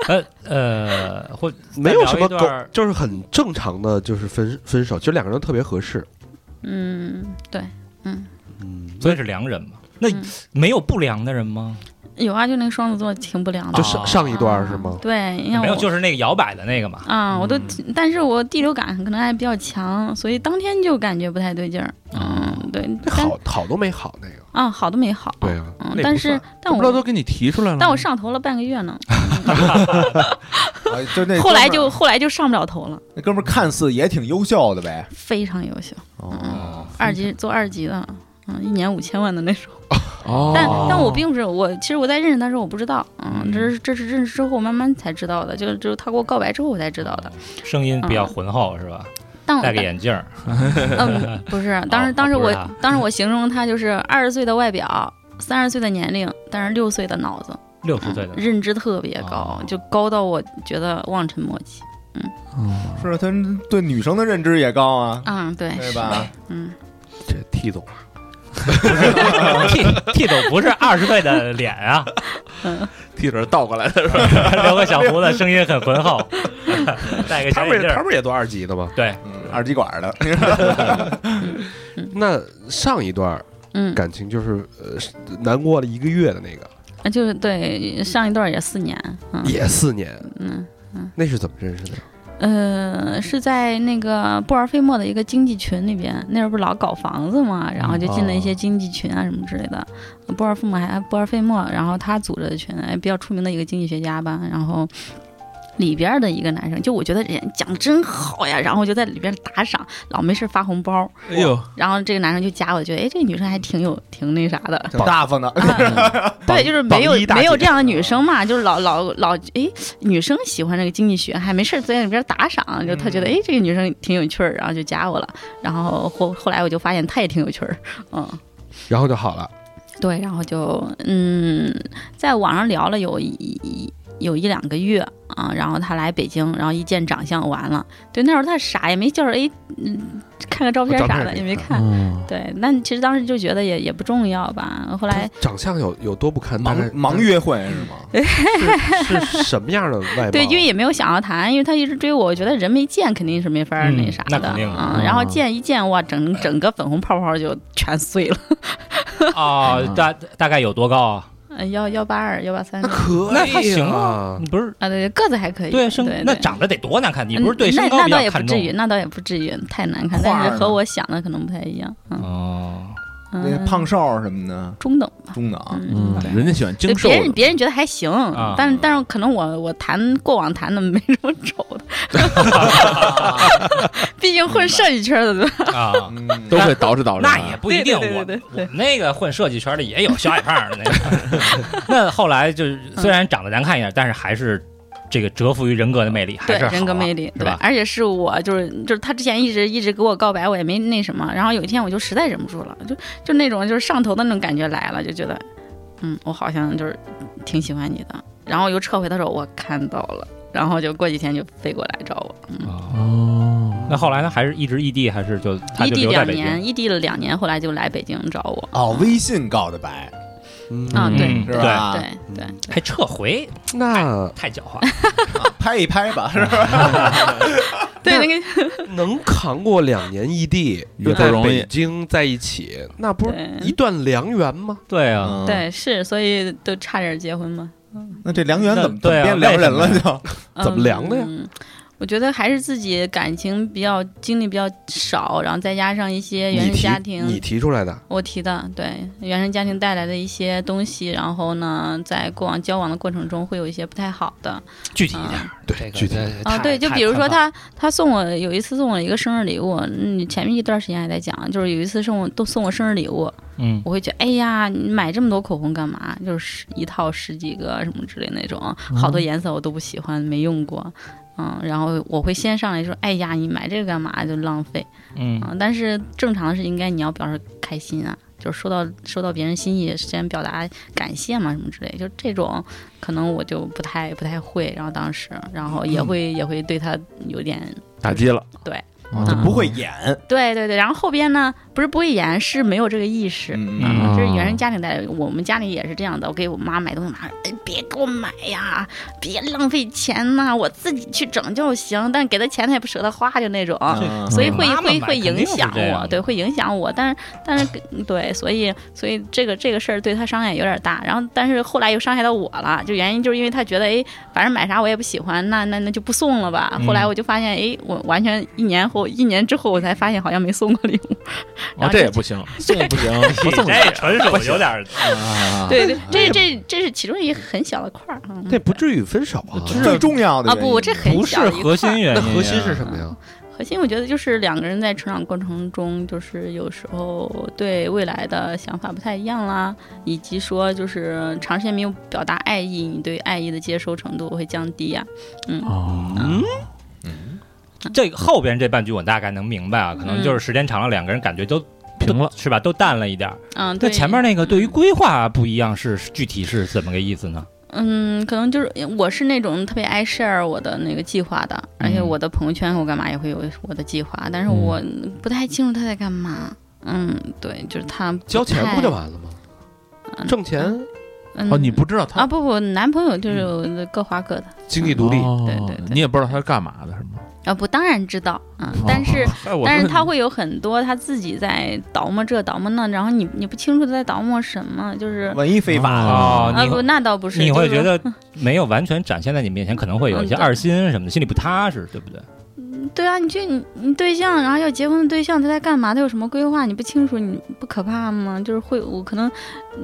Speaker 3: 呃呃，或
Speaker 1: 没有什么
Speaker 3: 再
Speaker 1: 狗
Speaker 3: 聊一段，
Speaker 1: 就是很正常的，就是分分手，其实两个人都特别合适。
Speaker 4: 嗯，对，
Speaker 1: 嗯，
Speaker 3: 所以是良人嘛？那
Speaker 4: 嗯
Speaker 3: 没有不良的人吗？
Speaker 4: 有啊，就那个双子座挺不良的，
Speaker 1: 就
Speaker 3: 啊
Speaker 1: 上上一段是吗？
Speaker 4: 对，你看
Speaker 3: 没有，
Speaker 4: 我
Speaker 3: 就是那个摇摆的那个嘛。
Speaker 4: 啊、我
Speaker 1: 嗯
Speaker 4: 都，但是我第六感可能还比较强，所以当天就感觉不太对劲儿。嗯，对，
Speaker 1: 那
Speaker 4: 但
Speaker 1: 好好都没好那个。
Speaker 4: 啊，好都没好。
Speaker 1: 哦对啊，
Speaker 4: 嗯
Speaker 1: 那，也
Speaker 4: 但
Speaker 1: 不
Speaker 4: 是
Speaker 1: 算
Speaker 4: 但
Speaker 2: 不知道
Speaker 4: 我
Speaker 2: 都给你提出来了，
Speaker 4: 但我上头了半个月呢，
Speaker 5: 啊就那
Speaker 4: 后来
Speaker 5: 哥们
Speaker 4: 就
Speaker 5: 儿
Speaker 4: 后来就上不了头了，
Speaker 5: 那哥们儿看似也挺优秀的呗。
Speaker 4: 非常优秀，嗯
Speaker 5: 哦，
Speaker 4: 二级做二级的，嗯，一年五千万的那种。
Speaker 2: 哦，
Speaker 4: 但但我并不是我，其实我在认识他的时候我不知道，嗯，这是这是认识之后慢慢才知道的，就就是他给我告白之后我才知道的。嗯
Speaker 3: 声音比较浑厚是吧？
Speaker 4: 但我
Speaker 3: 戴个眼镜儿，
Speaker 4: 嗯不是，当时
Speaker 3: 哦
Speaker 4: 当时
Speaker 3: 不
Speaker 4: 我
Speaker 3: 是他
Speaker 4: 当时我形容他就是二十岁的外表，三十岁的年龄，但是六岁的脑子，
Speaker 3: 六十
Speaker 4: 嗯
Speaker 3: 岁的
Speaker 4: 认知特别高
Speaker 3: 哦，
Speaker 4: 就高到我觉得望尘莫及。
Speaker 5: 是啊他对女生的认知也高啊，
Speaker 4: 嗯，对，
Speaker 5: 对吧？
Speaker 4: 嗯，
Speaker 1: 这 T 总
Speaker 3: 剃 (laughs) 剃头不是二十岁的脸啊， (laughs)
Speaker 2: 剃着倒过来的，
Speaker 3: 留个小胡子，声音很浑厚， (laughs) 戴
Speaker 2: (laughs)
Speaker 3: 个
Speaker 1: 他
Speaker 3: 小
Speaker 1: 不
Speaker 3: 眼
Speaker 1: 是
Speaker 3: 镜
Speaker 1: 他
Speaker 3: 儿。
Speaker 1: 不是也做二级的吗？
Speaker 3: 对，
Speaker 5: 嗯二极管的，
Speaker 1: 那上一段
Speaker 4: 嗯，
Speaker 1: 感情就是呃是难过了一个月的那个，
Speaker 4: 啊就是对上一段也四年，嗯
Speaker 1: 也四年，
Speaker 4: 嗯。
Speaker 1: 那是怎么认识的？
Speaker 4: 呃，是在那个布尔菲莫的一个经济群里边，那时候不是老搞房子嘛，然后就进了一些经济群啊什么之类的。布尔菲莫还布尔菲莫，然后他组织的群，哎，比较出名的一个经济学家吧，然后。里边儿的一个男生，就我觉得人讲真好呀，然后我就在里边打赏，老没事发红包，
Speaker 2: 哎呦，
Speaker 4: 然后这个男生就加我，觉得哎，这个女生还挺有挺那啥的，
Speaker 5: 挺大方的。
Speaker 1: (laughs)
Speaker 5: 呃
Speaker 4: 啊对，就是
Speaker 1: 榜
Speaker 4: 没有
Speaker 1: 一大姐嗯
Speaker 4: 没有这样的女生嘛，就是老老老哎，女生喜欢这个经济学，还没事儿在那边打赏，就她觉
Speaker 1: 嗯
Speaker 4: 得哎这个女生挺有趣儿，然后就加我了，然后后后来我就发现她也挺有趣儿，嗯，
Speaker 1: 然后就好了，
Speaker 4: 对，然后就嗯，在网上聊了有一一有一两个月啊，然后她来北京，然后一见长相完了，对，那时候她傻也没就是哎嗯看个照片
Speaker 1: 照片
Speaker 4: 啥
Speaker 1: 也
Speaker 4: 的
Speaker 1: 没
Speaker 4: 也没
Speaker 1: 看
Speaker 4: 看，
Speaker 2: 嗯
Speaker 4: 对，那其实当时就觉得也也不重要吧，后来。
Speaker 1: 长相有有多不堪？大概嗯
Speaker 5: 忙忙约会是吗？
Speaker 1: 是是什么样的外貌？啊
Speaker 4: 对，因为也没有想要谈，因为他一直追我，我觉得人没见肯定是没法儿
Speaker 3: 嗯
Speaker 4: 啥
Speaker 3: 那
Speaker 4: 的
Speaker 3: 肯定
Speaker 4: 啊、
Speaker 2: 啊
Speaker 4: 然后见一见，哇，整整个粉红泡泡就全碎了，
Speaker 3: 啊，
Speaker 4: 嗯
Speaker 3: 大大概有多高啊？
Speaker 4: 呃幺幺八二幺八
Speaker 3: (laughs)
Speaker 4: 三
Speaker 1: 那可以、啊，
Speaker 3: 那还行啊，你不是
Speaker 4: 啊，对，个子还可以，
Speaker 3: 对身
Speaker 4: 对
Speaker 3: 那长得得多难看？你不是对
Speaker 4: 嗯
Speaker 3: 身
Speaker 4: 那
Speaker 3: 高
Speaker 4: 那
Speaker 3: 比
Speaker 4: 倒
Speaker 3: 较
Speaker 4: 也不
Speaker 3: 看
Speaker 4: 至
Speaker 3: 重
Speaker 4: 于，？那倒也不至于太难
Speaker 5: 块
Speaker 4: 看，但
Speaker 5: 儿
Speaker 4: 是
Speaker 5: 呢
Speaker 4: 和我想的可能不太一样，嗯 (laughs)
Speaker 3: 哦，
Speaker 5: 那
Speaker 4: 嗯，
Speaker 5: 胖瘦什么的，
Speaker 4: 中等吧，
Speaker 5: 中等。
Speaker 4: 嗯。对
Speaker 2: 人家喜欢
Speaker 4: 对
Speaker 2: 精瘦
Speaker 4: 别人
Speaker 2: 的，
Speaker 4: 别人觉得还行，
Speaker 3: 啊
Speaker 4: 但是但是可能我我谈过往谈的没什么 (laughs) 丑的，毕竟混设计圈的对吧？
Speaker 3: 啊，
Speaker 5: 嗯，
Speaker 2: 都会捯饬啊捯饬。
Speaker 3: 那也不一定，
Speaker 4: 对对
Speaker 3: 我
Speaker 4: 对对
Speaker 3: 我
Speaker 4: 对
Speaker 3: 们那个混设计圈的也有小矮胖的那个。 (laughs) 那后来就是虽然长得难看一点，但是还是这个折服于人格的魅力，还
Speaker 4: 对
Speaker 3: 是好啊
Speaker 4: 人格魅力，
Speaker 3: 是
Speaker 4: 对
Speaker 3: 吧，？
Speaker 4: 而且是我就是就是他之前一直一直给我告白，我也没那什么，然后有一天我就实在忍不住了，就就那种就是上头的那种感觉来了，就觉得，嗯，我好像就是挺喜欢你的，然后又撤回的时候我看到了，然后就过几天就飞过来找我，
Speaker 3: 那后来呢？还是一直异地，还是就他
Speaker 4: 异
Speaker 3: 就
Speaker 4: 地
Speaker 3: 留在
Speaker 4: 两
Speaker 3: 北京？
Speaker 4: 年，异地了两年，后来就来北京找我，
Speaker 5: 哦，微信告的白，
Speaker 1: 嗯
Speaker 4: 啊对
Speaker 3: 嗯
Speaker 5: 是吧？
Speaker 4: 对对
Speaker 3: 还撤回，
Speaker 1: 那
Speaker 3: 太狡
Speaker 4: (laughs)
Speaker 3: 猾。
Speaker 5: 拍一拍吧，是吧？
Speaker 4: 对，那个
Speaker 1: 能扛过两年异地，
Speaker 2: 也
Speaker 1: 又
Speaker 2: 不
Speaker 1: 在
Speaker 2: 容易
Speaker 1: 北京在一起，那不是
Speaker 4: 对
Speaker 1: 一段良缘吗？
Speaker 3: 对
Speaker 5: 嗯，
Speaker 3: 啊，
Speaker 4: 对是，所以都差点结婚嘛。
Speaker 5: 那这良缘怎么怎
Speaker 3: 那对
Speaker 5: 么
Speaker 3: 啊
Speaker 5: 变良人了就？
Speaker 1: 怎么量的呀
Speaker 4: 嗯我觉得还是自己感情比较经历比较少，然后再加上一些原
Speaker 1: 你
Speaker 4: 生
Speaker 1: 提
Speaker 4: 家
Speaker 1: 你
Speaker 4: 庭，
Speaker 1: 提出来的，
Speaker 4: 我提的对原生家庭带来的一些东西，然后呢，在过往交往的过程中会有一些不太好的
Speaker 3: 具体一点，
Speaker 1: 对
Speaker 3: 这个
Speaker 1: 具体
Speaker 3: 这
Speaker 4: 啊，
Speaker 3: 太
Speaker 4: 对，就
Speaker 3: 太
Speaker 4: 比如说
Speaker 3: 宽泛了
Speaker 4: 他他送我有一次送我一个生日礼物，嗯，前面一段时间还在讲，就是有一次送我都送我生日礼物，
Speaker 3: 嗯
Speaker 4: 我会觉得，哎呀，你买这么多口红干嘛？就是十一套十几个什么之类那种，好多颜色我都不喜欢，没用过。嗯，然后我会先上来说，哎呀，你买这个干嘛？就浪费。
Speaker 3: 嗯
Speaker 4: 嗯，但是正常的是应该你要表示开心啊，就是收到收到别人心意，先表达感谢嘛，什么之类，就这种可能我就不太不太会。然后当时，然后也会、也会对他有点
Speaker 2: 打击了，哦
Speaker 5: 就不会演，
Speaker 4: 对对对。然后后边呢，不是不会演，是没有这个意识。
Speaker 5: 嗯
Speaker 3: 嗯
Speaker 4: 啊这是原生家庭带来的，我们家里也是这样的。我给我妈买东西，妈说：“哎，别给我买呀，别浪费钱呐、我自己去整就行。”但给她钱，她也不舍得花，就那种，
Speaker 5: 嗯
Speaker 4: 啊所以会
Speaker 3: 妈妈
Speaker 4: 会会
Speaker 3: 买肯定
Speaker 4: 影
Speaker 3: 是
Speaker 4: 响
Speaker 3: 这样
Speaker 4: 我，
Speaker 3: 的
Speaker 4: 对，会影响我。但是但是对，所以所以这个这个事儿对她伤害有点大。然后但是后来又伤害到我了，就原因就是因为她觉得，哎，反正买啥我也不喜欢，那那那就不送了吧。后来
Speaker 3: 嗯
Speaker 4: 我就发现，哎，我完全一年后一年之后，我才发现好像没送过礼物。嗯然
Speaker 2: 哦
Speaker 4: 后
Speaker 2: 这
Speaker 4: 这
Speaker 2: 也不行，送不行， (laughs) 不送
Speaker 3: 你这纯属有点儿
Speaker 5: 啊
Speaker 4: 对
Speaker 3: 哎
Speaker 4: 对，这这这是其中一个很小的块儿。嗯
Speaker 1: 这不至于分手啊。
Speaker 5: 最重要的
Speaker 4: 啊
Speaker 5: 原因
Speaker 4: 不，这
Speaker 2: (laughs)
Speaker 4: 很
Speaker 3: 不
Speaker 4: 小
Speaker 3: 是
Speaker 4: 的一
Speaker 3: 核心
Speaker 4: 块儿
Speaker 3: 原
Speaker 1: 那
Speaker 3: 因，
Speaker 1: 核心是什么哎呀？
Speaker 4: (laughs) 核心我觉得就是两个人在成长过程中，就是有时候对未来的想法不太一样啦，以及说就是长时间没有表达爱意，你对爱意的接收程度会降低呀、
Speaker 1: 嗯，
Speaker 3: 这个后边这半句我大概能明白啊，可
Speaker 4: 嗯
Speaker 3: 能就是时间长了，两个人感觉都
Speaker 2: 平了，
Speaker 3: 是吧？都淡了一点儿。
Speaker 4: 嗯，
Speaker 3: 那
Speaker 4: 对，
Speaker 3: 前面那个对于规划不一样是是具体是怎么个意思呢？
Speaker 4: 嗯，可能就是我是那种特别爱 share 我的那个计划的，而且
Speaker 3: 嗯
Speaker 4: 我的朋友圈我干嘛也会有我的计划，但是
Speaker 3: 嗯
Speaker 4: 我不太清楚他在干嘛。嗯，对，就是他不
Speaker 1: 交钱不
Speaker 4: 太
Speaker 1: 就完了吗？
Speaker 4: 嗯
Speaker 1: 挣钱，
Speaker 4: 嗯
Speaker 2: 哦，你不知道
Speaker 4: 啊
Speaker 2: 他
Speaker 4: 不不，男朋友
Speaker 3: 嗯
Speaker 4: 就是各花各的、
Speaker 1: 经济独立，
Speaker 2: 哦
Speaker 4: 对对对
Speaker 2: 你也不知道他是干嘛的，是吗？
Speaker 4: 啊不，当然知道，
Speaker 3: 哦
Speaker 4: 嗯，但是、
Speaker 2: 哎我
Speaker 4: 但是
Speaker 2: 说
Speaker 4: 他会有很多他自己在倒磨这倒磨那，然后你你不清楚他在倒磨什么，就是
Speaker 5: 万一非法了，
Speaker 3: 哦，
Speaker 4: 啊
Speaker 3: 你
Speaker 4: 不
Speaker 3: 会
Speaker 4: 那倒不是，
Speaker 3: 你会
Speaker 4: 就是
Speaker 3: 觉
Speaker 4: (laughs)
Speaker 3: 得没有完全展现在你面前，可能会有一
Speaker 4: 嗯
Speaker 3: 些
Speaker 4: 对
Speaker 3: 二心什么的，心里不踏实，对不对？
Speaker 4: 对啊，你去你你对象，然后要结婚的对象他在干嘛，他有什么规划，你不清楚，你不可怕吗？就是会我可能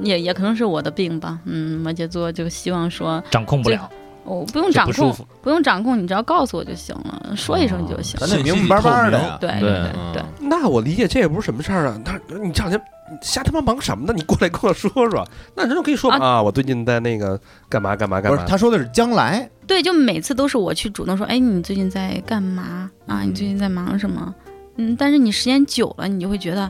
Speaker 4: 也也可能是我的病吧，嗯，摩羯座就希望说
Speaker 3: 掌控不
Speaker 4: 这
Speaker 3: 了，
Speaker 4: 我、不用
Speaker 3: 就
Speaker 4: 掌
Speaker 3: 不舒
Speaker 4: 控，
Speaker 3: 服。
Speaker 4: 不用掌控，你只要告诉我就行了，说一声就行。
Speaker 3: 哦
Speaker 5: 咱得明明白白的呀。
Speaker 4: 对
Speaker 2: 对
Speaker 3: 啊
Speaker 4: 对对，
Speaker 1: 那我理解这也不是什么事儿啊。他你这两天瞎他妈忙什么呢？你过来跟我说说，那人就可以说
Speaker 4: 啊
Speaker 1: 啊，我最近在那个干嘛干嘛干
Speaker 5: 不
Speaker 1: 嘛
Speaker 5: 是，。他说的是将来，
Speaker 4: 对，就每次都是我去主动说，哎，你最近在干嘛啊？你最近在忙什么？嗯，但是你时间久了，你就会觉得，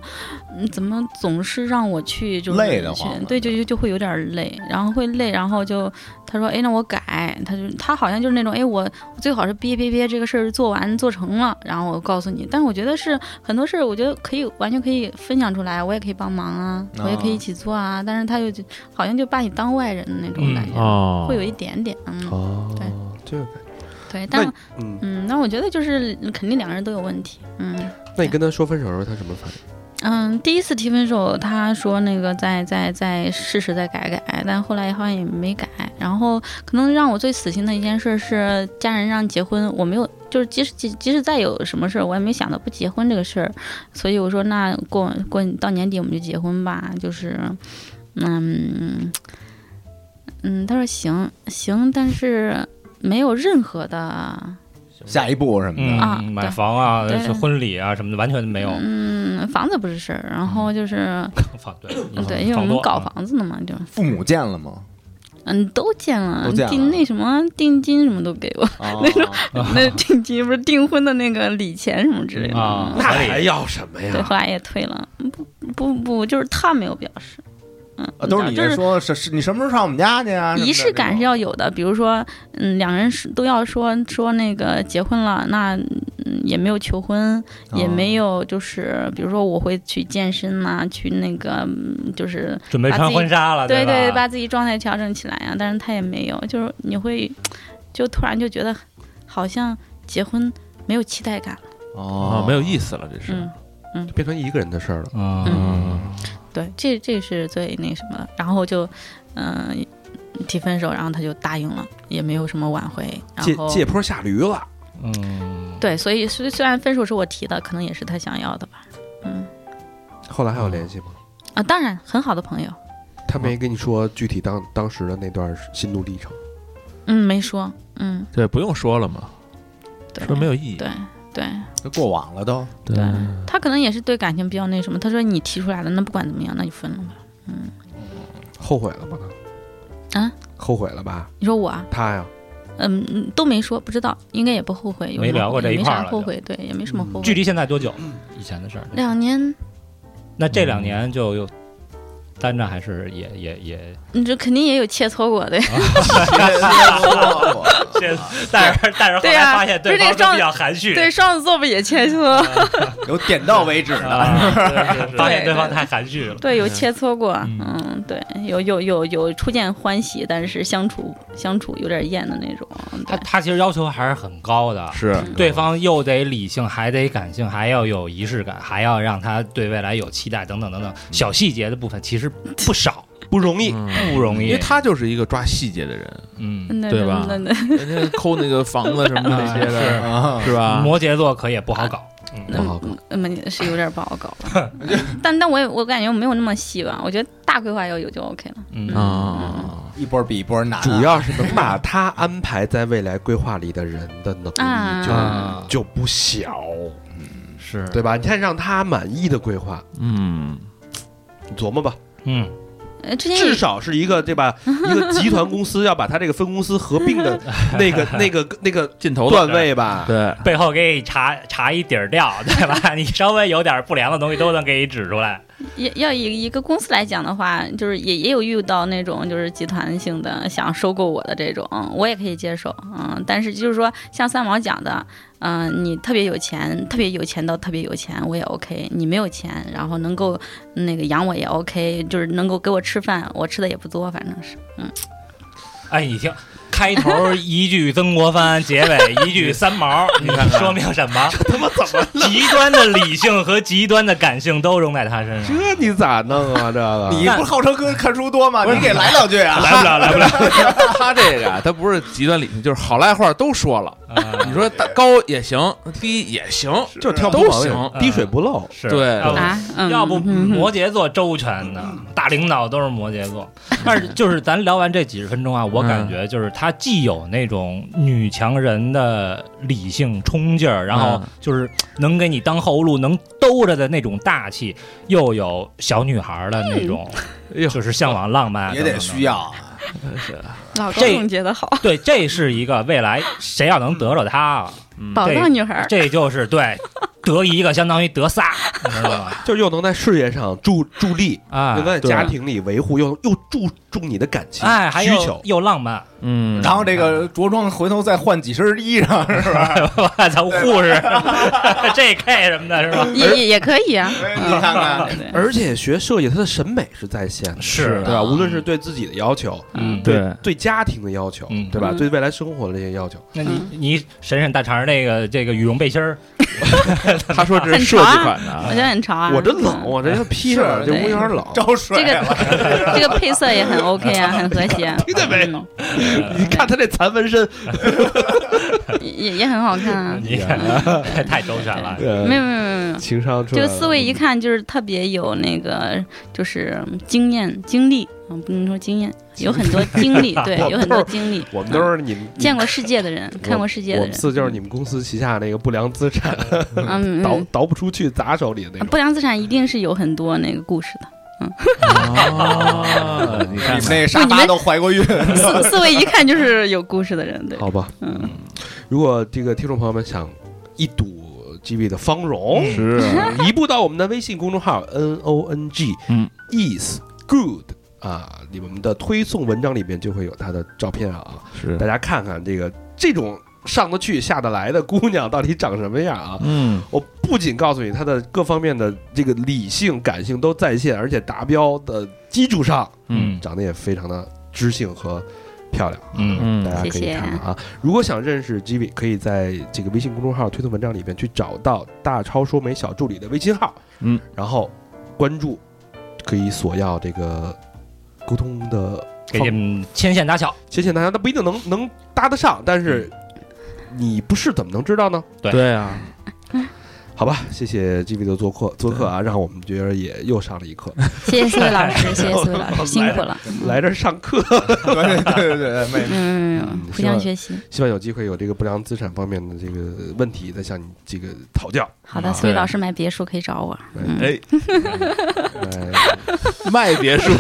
Speaker 4: 嗯，怎么总是让我去就是
Speaker 5: 累得慌
Speaker 4: 去
Speaker 5: 了
Speaker 4: 对，就就就会有点累，然后会累，然后就他说，哎，那我改，他就他好像就是那种，哎，我我最好是憋憋憋这个事儿做完做成了，然后我告诉你，但我觉得是很多事儿，我觉得可以完全可以分享出来，我也可以帮忙啊，我也可以一起做啊，但是他就好像就把你当外人的那种
Speaker 3: 嗯
Speaker 4: 感觉，
Speaker 2: 哦，
Speaker 4: 会有一点点，嗯，
Speaker 1: 哦
Speaker 4: 对，
Speaker 1: 这个
Speaker 4: 对，但
Speaker 1: 那嗯，
Speaker 4: 嗯，那我觉得就是肯定两个人都有问题。嗯
Speaker 1: 那你跟他说分手的时候，他什么反应？
Speaker 4: 嗯，第一次提分手，他说那个再再再试试再改改，但后来好像也没改。然后可能让我最死心的一件事是家人让结婚，我没有，就是即使即即使再有什么事儿，我也没想到不结婚这个事儿。所以我说那过过到年底我们就结婚吧，就是嗯嗯，他说行行，但是没有任何的。
Speaker 5: 下一步什么的，
Speaker 4: 啊
Speaker 3: 嗯，买
Speaker 4: 对
Speaker 3: 房啊，
Speaker 4: 对
Speaker 3: 是婚礼啊什么的，完全没
Speaker 5: 哦
Speaker 3: 有。
Speaker 4: 嗯，房子不是事儿，然后
Speaker 5: 嗯
Speaker 4: 就是
Speaker 3: 房对
Speaker 4: 嗯对，因为我
Speaker 3: 房
Speaker 4: 们
Speaker 3: 多
Speaker 4: 搞
Speaker 3: 啊
Speaker 4: 房子呢嘛，就
Speaker 5: 父母见了吗？
Speaker 4: 嗯都见了
Speaker 5: 都，见了
Speaker 4: 定那什么定金什么都给
Speaker 5: (laughs)
Speaker 4: 我，
Speaker 5: 那种
Speaker 4: 那定金不是订婚的那个礼钱什么之类的嗯
Speaker 3: 啊
Speaker 4: 吗，
Speaker 1: 那还要什么
Speaker 5: 哎
Speaker 4: 对，
Speaker 1: 呀？
Speaker 4: 后来也退了，不不不，就是他没有表示，嗯，
Speaker 5: 啊都是你
Speaker 4: 就是
Speaker 5: 说是是，你什么时候上我们家去啊？
Speaker 4: 仪式感是
Speaker 5: 要
Speaker 4: 要有的，比如说，嗯，两人是都要说说那个结婚了，那嗯也没有求婚，也
Speaker 5: 哦
Speaker 4: 没有就是比如说我会去健身呐、去那个嗯就是
Speaker 3: 准备穿婚纱了，
Speaker 4: 对
Speaker 3: 对吧
Speaker 4: 把自己状态调整起来呀、但是他也没有，就是你会就突然就觉得好像结婚没有期待感了，
Speaker 5: 哦
Speaker 2: 啊，没有意思了，这是。
Speaker 4: 嗯。
Speaker 1: 变成一个人的事儿了。
Speaker 3: 嗯，
Speaker 2: 嗯，
Speaker 4: 对，这这是最那什么的。然后就，嗯、提分手，然后他就答应了，也没有什么挽回。然
Speaker 1: 借
Speaker 4: 后
Speaker 1: 借坡下驴了，
Speaker 3: 嗯，
Speaker 4: 对，所以虽虽然分手是我提的，可能也是他想要的吧。嗯
Speaker 1: 后来还有联系吗？
Speaker 4: 啊，当然很好的朋友，
Speaker 1: 他没跟你说具体当当时的那段心路历程，
Speaker 4: 嗯，没说，嗯，
Speaker 2: 对，不用说了嘛，
Speaker 4: 对，
Speaker 2: 说没有意义。
Speaker 4: 对对
Speaker 5: 都过往了都。
Speaker 2: 对
Speaker 4: 对，他可能也是对感情比较那什么。他说你提出来了，那不管怎么样，那就分了吧。嗯，
Speaker 1: 后悔了吗？
Speaker 4: 啊，
Speaker 1: 后悔了吧？
Speaker 4: 你说我啊，
Speaker 1: 他呀，
Speaker 4: 嗯，嗯都没说，不知道，应该也不后悔，有
Speaker 3: 没
Speaker 4: 什么
Speaker 3: 聊过这
Speaker 4: 也
Speaker 3: 一
Speaker 4: 没
Speaker 3: 块
Speaker 4: 啥
Speaker 3: 儿了
Speaker 4: 后
Speaker 3: 就嗯
Speaker 4: 悔，对，也没什么后
Speaker 3: 距
Speaker 4: 悔。
Speaker 3: 离现在多久？以前的事儿。
Speaker 4: 两年，
Speaker 3: 那这两年就又单着，还是也也也，
Speaker 4: 你这肯定也有切磋过
Speaker 3: (laughs)
Speaker 4: 的。
Speaker 3: 但是但是后
Speaker 4: 对呀
Speaker 3: 来发现对
Speaker 4: 就是那个
Speaker 3: 方都
Speaker 4: 状
Speaker 3: 比较含蓄，
Speaker 4: 对，双子座不也切磋？
Speaker 5: (laughs) 有点到为止的，
Speaker 3: 啊，对对对发现
Speaker 4: 对
Speaker 3: 对方
Speaker 4: 对
Speaker 3: 太含蓄了。
Speaker 4: 对，有切磋过，
Speaker 3: 嗯
Speaker 4: 嗯，对，有有有有初见欢喜，但是相处相处有点厌的那种。
Speaker 3: 他
Speaker 4: 对，
Speaker 3: 他其实要求还是很高的，
Speaker 5: 是
Speaker 3: 对方又得理性，还得感性，还要有仪式感，还要让他对未来有期待，等等等等，小细节的部分其实嗯不少，
Speaker 1: 不容易。
Speaker 2: 嗯
Speaker 3: 不容易。
Speaker 2: 因为他就是一个抓细节的人，
Speaker 3: 嗯，
Speaker 4: 那
Speaker 2: 对吧
Speaker 4: 那那那
Speaker 2: 人家抠 (laughs) 那个房子什么
Speaker 1: (laughs)
Speaker 2: 那些的，
Speaker 5: 啊，
Speaker 2: 是吧？
Speaker 3: 摩羯座可也不好搞，
Speaker 1: 不好
Speaker 2: 嗯
Speaker 1: 搞，
Speaker 4: 那么是有点不好搞吧？但但我也我感觉我没有那么细吧，我觉得大规划有有就 OK 了。
Speaker 3: 嗯
Speaker 2: 啊啊，
Speaker 5: 一波比一波难啊。
Speaker 1: 主要是能把他安排在未来规划里的人的能力
Speaker 4: 啊
Speaker 1: 就就不小，
Speaker 3: 是
Speaker 1: 对，吧？你看让他满意的规划，
Speaker 2: 嗯，
Speaker 1: 你琢磨吧，
Speaker 3: 嗯，
Speaker 4: 呃，之前
Speaker 1: 至
Speaker 4: 也
Speaker 1: 少是一个对
Speaker 4: (laughs)
Speaker 1: 吧？一个集团公司要把他这个分公司合并
Speaker 2: (laughs)
Speaker 1: 的那个那个那个
Speaker 2: 尽头
Speaker 1: 段
Speaker 2: 了。
Speaker 1: 位吧，
Speaker 2: 对，
Speaker 3: 背后给你查查一底儿掉，对吧？ (laughs) 你稍微有点不良的东西都能给你指出来。
Speaker 4: 也要以一个公司来讲的话，就是也也有遇到那种就是集团性的想收购我的这种，我也可以接受，嗯，但是就是说像三毛讲的，嗯、你特别有钱，特别有钱到特别有钱，我也 OK；你没有钱，然后能够那个养我也 OK，就是能够给我吃饭，我吃的也不多，反正是，
Speaker 3: 哎，你听，开头一句曾国藩，结尾一句三毛， (laughs) 你看说明什 (laughs) 么？他妈怎么极端的理性和极端的感性都融在他身上？
Speaker 1: 这你咋弄啊？这个
Speaker 5: 你不是号称跟看书多吗？你给来两句啊！
Speaker 3: 来不了，来不了。
Speaker 2: 他这个啊他不是极端理性，就是好赖话都说了。
Speaker 3: 啊
Speaker 2: 你说大高也行，低也行，
Speaker 1: 就是挑不
Speaker 2: 都
Speaker 1: 毛病
Speaker 2: 行
Speaker 1: 滴水不漏。
Speaker 3: 是
Speaker 2: 对嗯
Speaker 3: 要不
Speaker 4: 啊，嗯，
Speaker 3: 哦要不
Speaker 4: 嗯
Speaker 3: 摩羯座周全的，大领导都是摩羯座。
Speaker 2: (laughs)
Speaker 3: 但是就是咱聊完这几十分钟啊，我
Speaker 2: 嗯
Speaker 3: 感觉就是她既有那种女强人的理性冲劲儿，然后
Speaker 2: 嗯
Speaker 3: 就是能给你当后路，能兜着的那种大气，又有小女孩儿的
Speaker 4: 嗯
Speaker 3: 那种，
Speaker 2: 哎呦
Speaker 3: 就是向往浪漫啊，
Speaker 5: (laughs) 也
Speaker 3: 等
Speaker 5: 得
Speaker 3: 等
Speaker 5: 需。要啊，
Speaker 4: 老高
Speaker 3: 这
Speaker 4: 总结的好，
Speaker 3: 对，这是一个未来谁要能得着她啊，
Speaker 4: 宝
Speaker 3: 这
Speaker 4: 藏女孩儿，
Speaker 3: 这就是对得一个相当于得仨，你知道吗？
Speaker 1: 就是又能在事业上助助力，
Speaker 3: 啊
Speaker 1: 又能在
Speaker 3: 对
Speaker 1: 家庭里维护，又又注重你的感情
Speaker 3: 哎，还
Speaker 1: 需
Speaker 3: 有
Speaker 1: 求。
Speaker 3: 又浪漫。
Speaker 2: 嗯，
Speaker 5: 然后这个着装回头再换几身衣裳，是吧？
Speaker 3: 我操，护士 (laughs) JK 什么的，是吧？
Speaker 4: 也也也可以啊，
Speaker 5: 你看看，
Speaker 4: 对
Speaker 1: 而且学设计，他的审美是在线的，
Speaker 3: 是啊
Speaker 1: 对吧？无论是对自己的要求，
Speaker 3: 嗯，
Speaker 2: 对，
Speaker 1: 对家庭的要求，
Speaker 3: 嗯
Speaker 1: 对吧？
Speaker 4: 嗯
Speaker 1: 对未来生活的这些要求，
Speaker 3: (laughs) 那你你婶婶大肠那个这个羽绒背心儿，
Speaker 2: 他说这是设计款的
Speaker 4: 我
Speaker 2: 啊
Speaker 4: 觉，得很潮啊，
Speaker 1: 我这冷，我这披上了
Speaker 4: 是
Speaker 1: 这屋有点
Speaker 5: (laughs)
Speaker 1: 冷。
Speaker 5: 招水啊
Speaker 4: 这个
Speaker 5: 了。
Speaker 4: (laughs) 这个配色也很 OK
Speaker 1: (laughs)
Speaker 4: 啊，很和谐、啊，
Speaker 1: 听见没
Speaker 4: 嗯
Speaker 1: 你看他这残纹身，
Speaker 4: 嗯也也很好看啊。
Speaker 3: 你看 (laughs) 太周全了。
Speaker 4: 没有没有没有没有，
Speaker 1: 情商 (laughs) 出
Speaker 4: 这
Speaker 1: 来
Speaker 4: 个
Speaker 1: 了
Speaker 4: 思维一看就是特别有那个，就是经验经历啊，不能说经验，有很多经历，
Speaker 1: (laughs)
Speaker 4: 对，有很多经历，
Speaker 1: 我们都是你们
Speaker 4: 见过世界的人，看过世界
Speaker 1: 我
Speaker 4: 的
Speaker 1: 们
Speaker 4: 人，
Speaker 1: 四就是你们公司旗下那个不良资产， (laughs)
Speaker 4: 嗯
Speaker 1: 倒
Speaker 4: 嗯
Speaker 1: 倒不出去砸手里的那
Speaker 4: 嗯，
Speaker 1: 种。
Speaker 4: 不良资产一定是有很多那个故事的。
Speaker 5: (laughs)
Speaker 2: 哦你看
Speaker 5: 你们那沙发都怀过孕， (laughs)
Speaker 1: (laughs)
Speaker 4: 思思维一看就是有故事的人，对，
Speaker 1: 好吧，
Speaker 4: 嗯，
Speaker 1: 如果这个听众朋友们想一睹 GB 的芳容，
Speaker 2: 是，啊
Speaker 1: 移步到我们的微信公众号 N O N G，
Speaker 2: 嗯
Speaker 1: ，is good 啊，你们的推送文章里边就会有他的照片啊，
Speaker 2: 是
Speaker 1: 大家看看这个这种上得去下得来的姑娘到底长什么样啊？
Speaker 5: 嗯，
Speaker 1: 我不仅告诉你她的各方面的这个理性、感性都在线，而且达标的基础上，
Speaker 3: 嗯
Speaker 1: 长得也非常的知性和漂亮。
Speaker 3: 嗯，
Speaker 1: 大
Speaker 5: 嗯
Speaker 1: 家可
Speaker 4: 谢
Speaker 1: 以
Speaker 4: 谢
Speaker 1: 看看啊。如果想认识 G V，可以在这个微信公众号推送文章里边去找到“大超说媒小助理”的微信号，
Speaker 5: 嗯，
Speaker 1: 然后关注，可以索要这个沟通的
Speaker 3: 给你们牵线搭桥，
Speaker 1: 谢谢大家，那不一定能能搭得上，但是你不试怎么能知道呢？
Speaker 2: 对啊，
Speaker 1: 好吧，谢谢 G V 的做客做客啊，让我们觉得也又上了一 (laughs) 课，
Speaker 4: 谢谢四位
Speaker 1: (laughs)
Speaker 4: 老师，谢谢四位老师，辛苦了。
Speaker 1: 来这儿上 (laughs) 课，
Speaker 5: 对对对对对，没
Speaker 4: 没有没
Speaker 1: 嗯
Speaker 4: 有没嗯有，互相学习。
Speaker 1: 希望有机会有这个不良资产方面的这个问题再向你这个讨教。
Speaker 4: 好的，四位老师买别墅可以找我。
Speaker 1: (laughs)
Speaker 4: 嗯，
Speaker 5: 哎，
Speaker 1: 呃
Speaker 2: 卖别墅，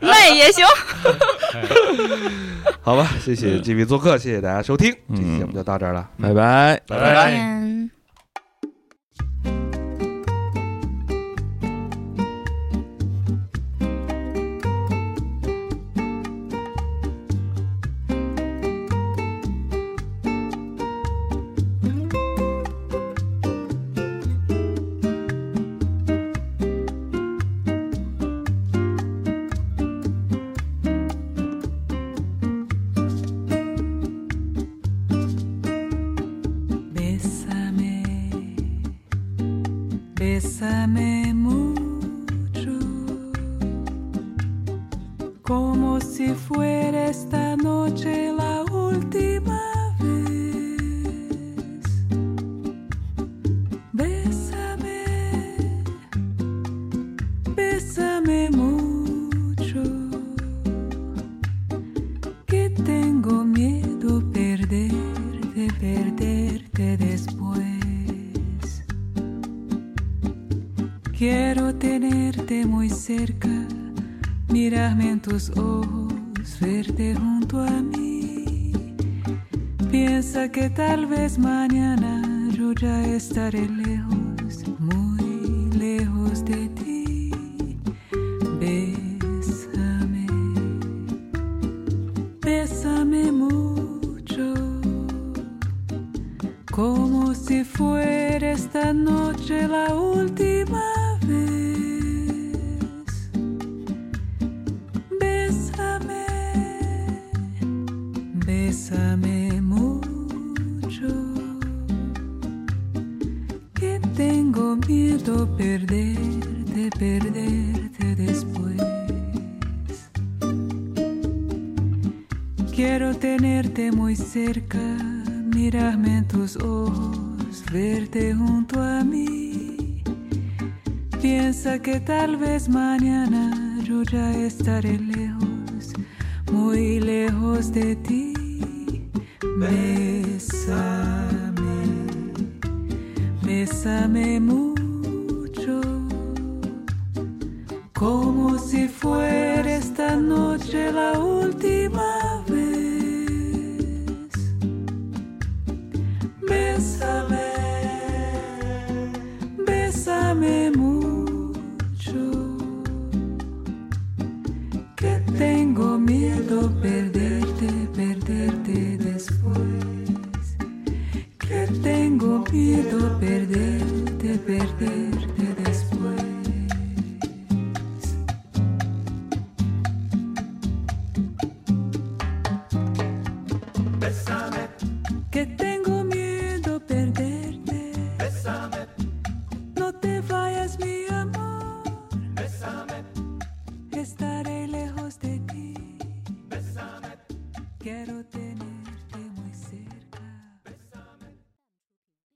Speaker 4: 卖也行。
Speaker 1: 好吧，谢谢 G V 做客，谢谢大家收听，这期节目就到这儿了，
Speaker 5: (laughs) 拜拜。
Speaker 1: 拜
Speaker 3: 拜
Speaker 4: 再见。
Speaker 6: Bésame, bésame mucho, como si fuera esta noche la última vez. Bésame, bésame mucho, que tengo miedo perderte, perderte después. Quiero tenerte muy cerca, mirarme en tus ojos, verte junto a mí. Piensa que tal vez mañana yo ya estaré lejos, muy lejos de ti. Bésame. Bésame mucho, como si fuera esta noche la última vez. Bésame, bésame mucho, que tengo miedo perderte, perderte después. Quiero tenerte muy cerca, mirarme en tus ojos, verte junto a mí. Piensa que tal vez mañana yo ya estaré lejos, muy lejos de ti. Bésame, bésame mucho como si fuera esta noche la última vez. Bésame, bésame mucho, que tengo miedo perderte, perderte después. Que tengo miedo perderte, perderte después. que tengo miedo perderte. No te vayas, mi amor. Estaré lejos de ti. Quiero tener